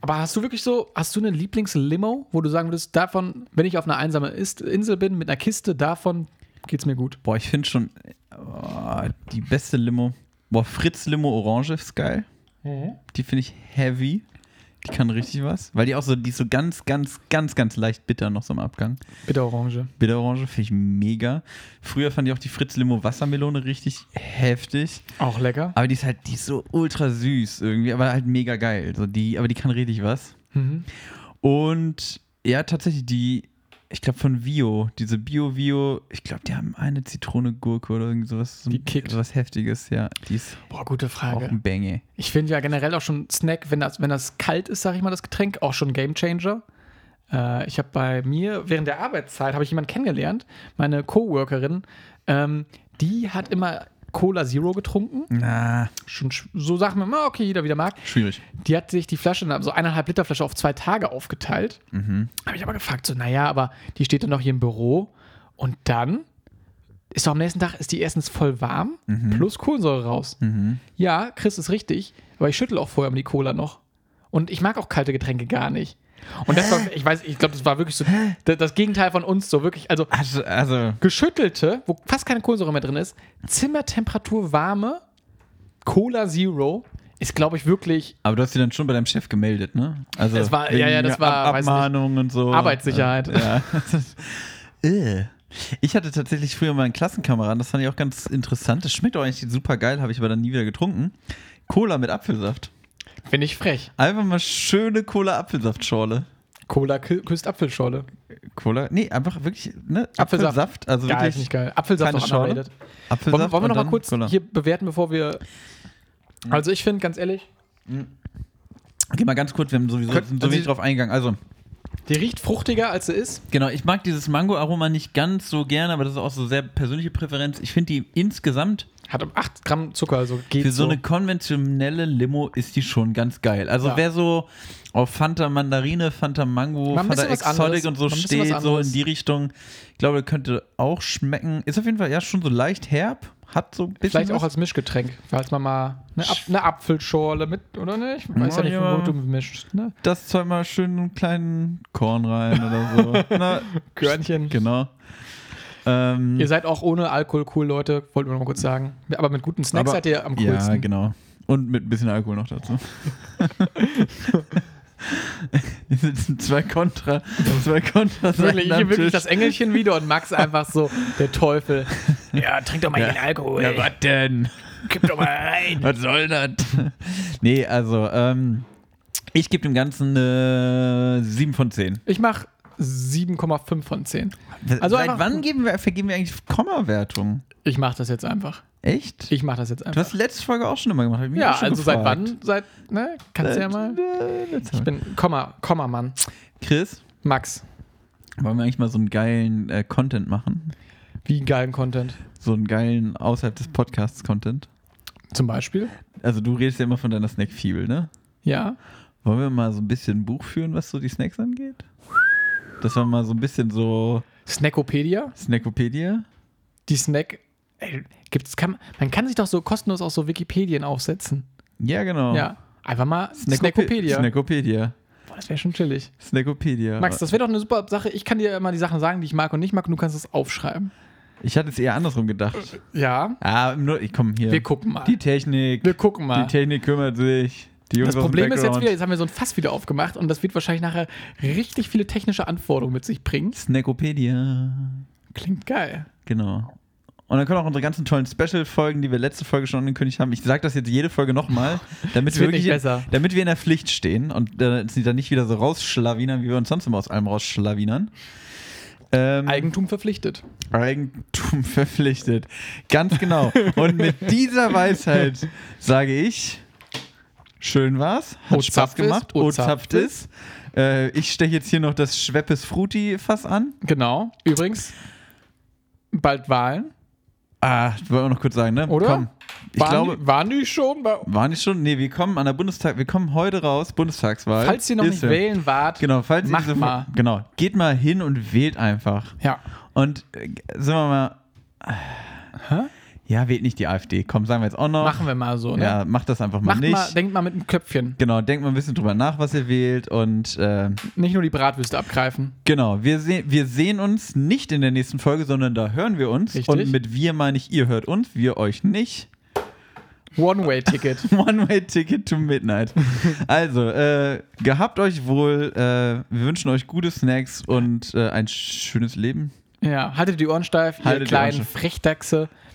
Speaker 1: Aber hast du wirklich so, hast du eine Lieblingslimo, wo du sagen würdest, davon, wenn ich auf einer einsamen Ist Insel bin, mit einer Kiste, davon geht's mir gut?
Speaker 2: Boah, ich finde schon oh, die beste Limo. Boah, Fritz Limo Orange ist geil.
Speaker 1: Mhm.
Speaker 2: Die finde ich heavy. Die kann richtig was. Weil die auch so, die ist so ganz, ganz, ganz, ganz leicht bitter noch so im Abgang.
Speaker 1: Bitte Orange.
Speaker 2: Bitterorange finde ich mega. Früher fand ich auch die Fritz Limo Wassermelone richtig heftig.
Speaker 1: Auch lecker.
Speaker 2: Aber die ist halt, die ist so ultra süß irgendwie, aber halt mega geil. So die, aber die kann richtig was.
Speaker 1: Mhm.
Speaker 2: Und ja, tatsächlich die, ich glaube von Vio, diese Bio Vio, ich glaube, die haben eine Zitrone Gurke oder irgend sowas. so-
Speaker 1: Die kickt.
Speaker 2: Sowas heftiges, ja. Die ist
Speaker 1: Boah, gute
Speaker 2: auch
Speaker 1: Frage.
Speaker 2: ein Bänge.
Speaker 1: Ich finde ja generell auch schon Snack, wenn das, wenn das kalt ist, sage ich mal, das Getränk, auch schon Game Changer. Äh, ich habe bei mir während der Arbeitszeit habe ich jemanden kennengelernt, meine Coworkerin, ähm, die hat immer Cola Zero getrunken.
Speaker 2: Mhm. Na,
Speaker 1: Schon sch- so sagt man immer, okay, jeder wie der mag.
Speaker 2: schwierig.
Speaker 1: Die hat sich die Flasche, so eineinhalb Liter Flasche auf zwei Tage aufgeteilt. Habe ich aber gefragt, so, naja, aber die steht dann noch hier im Büro. Und dann ist doch am nächsten Tag, ist die erstens voll warm, plus Kohlensäure raus. Ja, Chris ist richtig, aber ich schüttel auch vorher um die Cola noch. Und ich mag auch kalte Getränke gar nicht. Und das war, ich weiß, ich glaube, das war wirklich so das, das Gegenteil von uns, so wirklich, also
Speaker 2: Also, also
Speaker 1: geschüttelte, wo fast keine Kohlensäure mehr drin ist, Zimmertemperatur warme, Cola Zero ist, glaube ich, wirklich
Speaker 2: aber du hast sie dann schon bei deinem Chef gemeldet, ne? Also
Speaker 1: Das war- ja, ja, das
Speaker 2: wegen
Speaker 1: war,
Speaker 2: Ab
Speaker 1: weiß nicht,
Speaker 2: Abmahnung und so.
Speaker 1: Arbeitssicherheit.
Speaker 2: Ja. Äh. Ich hatte tatsächlich früher mal einen Klassenkameraden, das fand ich auch ganz interessant. Das schmeckt auch eigentlich super geil, habe ich aber dann nie wieder getrunken. Cola mit Apfelsaft.
Speaker 1: Finde ich frech.
Speaker 2: Einfach mal schöne Cola-Apfelsaftschorle.
Speaker 1: Cola kü- küsst Apfelschorle.
Speaker 2: Cola? Nee, einfach wirklich, ne?
Speaker 1: Apfelsaft.
Speaker 2: Apfelsaft also
Speaker 1: Geil,
Speaker 2: wirklich.
Speaker 1: ist nicht geil. Apfelsaft
Speaker 2: keine
Speaker 1: auch
Speaker 2: Schorle.
Speaker 1: underrated.
Speaker 2: Apfelsaft
Speaker 1: Wollen, wollen wir
Speaker 2: und
Speaker 1: noch mal
Speaker 2: dann
Speaker 1: kurz
Speaker 2: Cola. Mhm.
Speaker 1: hier bewerten, bevor wir. Also ich finde, ganz ehrlich,
Speaker 2: Geh mal ganz kurz, wir haben sowieso
Speaker 1: Könnt-
Speaker 2: sind so wenig
Speaker 1: also-
Speaker 2: drauf eingegangen. Also,
Speaker 1: die riecht fruchtiger, als sie ist.
Speaker 2: genau, ich mag dieses Mango-Aroma nicht ganz so gerne, aber das ist auch so sehr persönliche Präferenz. Ich finde die insgesamt
Speaker 1: Hat um 8 Gramm Zucker, also geht
Speaker 2: Für so
Speaker 1: so.
Speaker 2: eine konventionelle Limo ist die schon ganz geil. Also
Speaker 1: Ja.
Speaker 2: wer so auf Fanta Mandarine, Fanta Mango,
Speaker 1: Mal ein
Speaker 2: Fanta
Speaker 1: bisschen was anderes.
Speaker 2: Exotic und so
Speaker 1: Mal ein bisschen was
Speaker 2: steht, so in
Speaker 1: anderes.
Speaker 2: die Richtung, ich glaube, könnte auch schmecken. Ist auf jeden Fall ja schon so leicht herb, hat so ein bisschen
Speaker 1: Vielleicht
Speaker 2: was.
Speaker 1: auch als Mischgetränk, falls man mal eine, Ap eine Apfelschorle mit, oder ne? Ich weiß ja,
Speaker 2: Ja,
Speaker 1: nicht,
Speaker 2: ja.
Speaker 1: wo du mischst. Ne?
Speaker 2: das Zeug mal schön einen kleinen Korn rein oder so. Na,
Speaker 1: Körnchen.
Speaker 2: genau. Ähm,
Speaker 1: Ihr seid auch ohne Alkohol cool, Leute, wollte ich nur noch mal kurz sagen. Aber mit guten Snacks
Speaker 2: aber-
Speaker 1: seid ihr am
Speaker 2: Ja,
Speaker 1: coolsten.
Speaker 2: genau. Und mit ein bisschen Alkohol noch dazu. Hier sitzen zwei Kontra, zwei Kontra
Speaker 1: Wirklich, hier wirklich das Engelchen wieder und Max einfach so, der Teufel. Ja, trink doch mal
Speaker 2: Ja.
Speaker 1: den Alkohol.
Speaker 2: Ja, was denn?
Speaker 1: Kipp doch mal rein.
Speaker 2: Was soll das? nee, also, ähm, ich gebe dem Ganzen eine 7 von 10.
Speaker 1: Ich mach 7,5 von 10.
Speaker 2: Also
Speaker 1: Also
Speaker 2: Seit
Speaker 1: einfach-
Speaker 2: wann geben wir, vergeben wir eigentlich Kommawertung?
Speaker 1: Ich mach das jetzt einfach.
Speaker 2: Echt?
Speaker 1: Ich mach das jetzt
Speaker 2: du
Speaker 1: einfach.
Speaker 2: hast die letzte Folge auch schon immer gemacht. hab ich mich
Speaker 1: Ja,
Speaker 2: auch schon
Speaker 1: also seit
Speaker 2: gefragt.
Speaker 1: wann? Seit, ne? Kannst du ja mal.
Speaker 2: Äh, letzte
Speaker 1: Ich
Speaker 2: Mal.
Speaker 1: bin Komma, Komma, Mann.
Speaker 2: Chris,
Speaker 1: Max.
Speaker 2: wollen wir eigentlich mal so einen geilen äh, Content machen?
Speaker 1: Wie geilen Content.
Speaker 2: So einen geilen außerhalb des Podcasts Content.
Speaker 1: Zum Beispiel.
Speaker 2: Also du redest ja immer von deiner Snack-Fibel, ne?
Speaker 1: Ja.
Speaker 2: Wollen wir mal so ein bisschen Buch führen, was so die Snacks angeht? Das war mal so ein bisschen so
Speaker 1: Snackopedia.
Speaker 2: Snackopedia.
Speaker 1: Die Snack. Ey, gibt's, kann, man kann sich doch so kostenlos auch so Wikipedien aufsetzen.
Speaker 2: Ja, genau.
Speaker 1: Ja. Einfach mal
Speaker 2: Snackope-
Speaker 1: Snackopedia.
Speaker 2: Snackopedia.
Speaker 1: Boah, das wäre schon chillig.
Speaker 2: Snackopedia.
Speaker 1: Max, das wäre doch eine super Sache. Ich kann dir immer die Sachen sagen, die ich mag und nicht mag, und du kannst es aufschreiben.
Speaker 2: ich hatte es eher andersrum gedacht.
Speaker 1: Ja.
Speaker 2: Ah, nur, ich komme hier.
Speaker 1: Wir gucken mal.
Speaker 2: Die Technik.
Speaker 1: Wir gucken mal.
Speaker 2: Die Technik kümmert sich. Die Jungs
Speaker 1: Das Problem
Speaker 2: aus
Speaker 1: ist
Speaker 2: dem
Speaker 1: jetzt wieder,
Speaker 2: Background.
Speaker 1: jetzt haben wir so ein Fass wieder aufgemacht und das wird wahrscheinlich nachher richtig viele technische Anforderungen mit sich bringen.
Speaker 2: Snackopedia.
Speaker 1: Klingt geil.
Speaker 2: Genau. Und dann können auch unsere ganzen tollen Special-Folgen, die wir letzte Folge schon angekündigt haben. Ich sage das jetzt jede Folge nochmal, damit,
Speaker 1: Es
Speaker 2: wir
Speaker 1: wird nicht
Speaker 2: wirklich in-
Speaker 1: besser.
Speaker 2: damit wir in der Pflicht stehen und äh, sie dann nicht wieder so rausschlawinern, wie wir uns sonst immer aus allem rausschlawinern. Ähm,
Speaker 1: Eigentum verpflichtet.
Speaker 2: Eigentum verpflichtet. Ganz genau. Und mit dieser Weisheit sage ich, schön war's, hat
Speaker 1: O
Speaker 2: Spaß
Speaker 1: zapft ist,
Speaker 2: gemacht,
Speaker 1: o
Speaker 2: o
Speaker 1: zapft
Speaker 2: zapft ist. Äh, ich steche jetzt hier noch das Schweppes Fruti-Fass an.
Speaker 1: Genau. Übrigens, bald Wahlen,
Speaker 2: Ah, das wollen wir noch kurz sagen, ne?
Speaker 1: oder?
Speaker 2: Komm, ich
Speaker 1: waren,
Speaker 2: glaube,
Speaker 1: waren die schon bei
Speaker 2: War nicht schon? Nee, wir kommen an der Bundestag, wir kommen heute raus, Bundestagswahl.
Speaker 1: Falls ihr noch
Speaker 2: Ist
Speaker 1: nicht
Speaker 2: ja.
Speaker 1: wählen wart,
Speaker 2: Genau, falls ihr
Speaker 1: macht
Speaker 2: diese-
Speaker 1: mal.
Speaker 2: Genau, geht mal hin und wählt einfach.
Speaker 1: Ja.
Speaker 2: Und äh, sagen wir mal, ja, wählt nicht die AfD. Komm, sagen wir jetzt auch noch.
Speaker 1: Machen wir mal so, ne?
Speaker 2: Ja, macht das einfach mal
Speaker 1: Macht
Speaker 2: nicht.
Speaker 1: mal, denkt mal mit dem Köpfchen.
Speaker 2: genau, denkt mal ein bisschen drüber nach, was ihr wählt. Und äh,
Speaker 1: Nicht nur die Bratwürste abgreifen.
Speaker 2: genau, wir, se wir sehen uns nicht in der nächsten Folge, sondern da hören wir uns.
Speaker 1: Richtig.
Speaker 2: Und mit wir meine ich, ihr hört uns, wir euch nicht.
Speaker 1: One-Way-Ticket.
Speaker 2: One-Way-Ticket to Midnight. Also, äh, gehabt euch wohl. Äh, wir wünschen euch gute Snacks und äh, ein schönes Leben.
Speaker 1: ja, haltet die Ohren steif, ihr
Speaker 2: Haltet die
Speaker 1: kleinen
Speaker 2: Ohren steif.
Speaker 1: Frechdachse.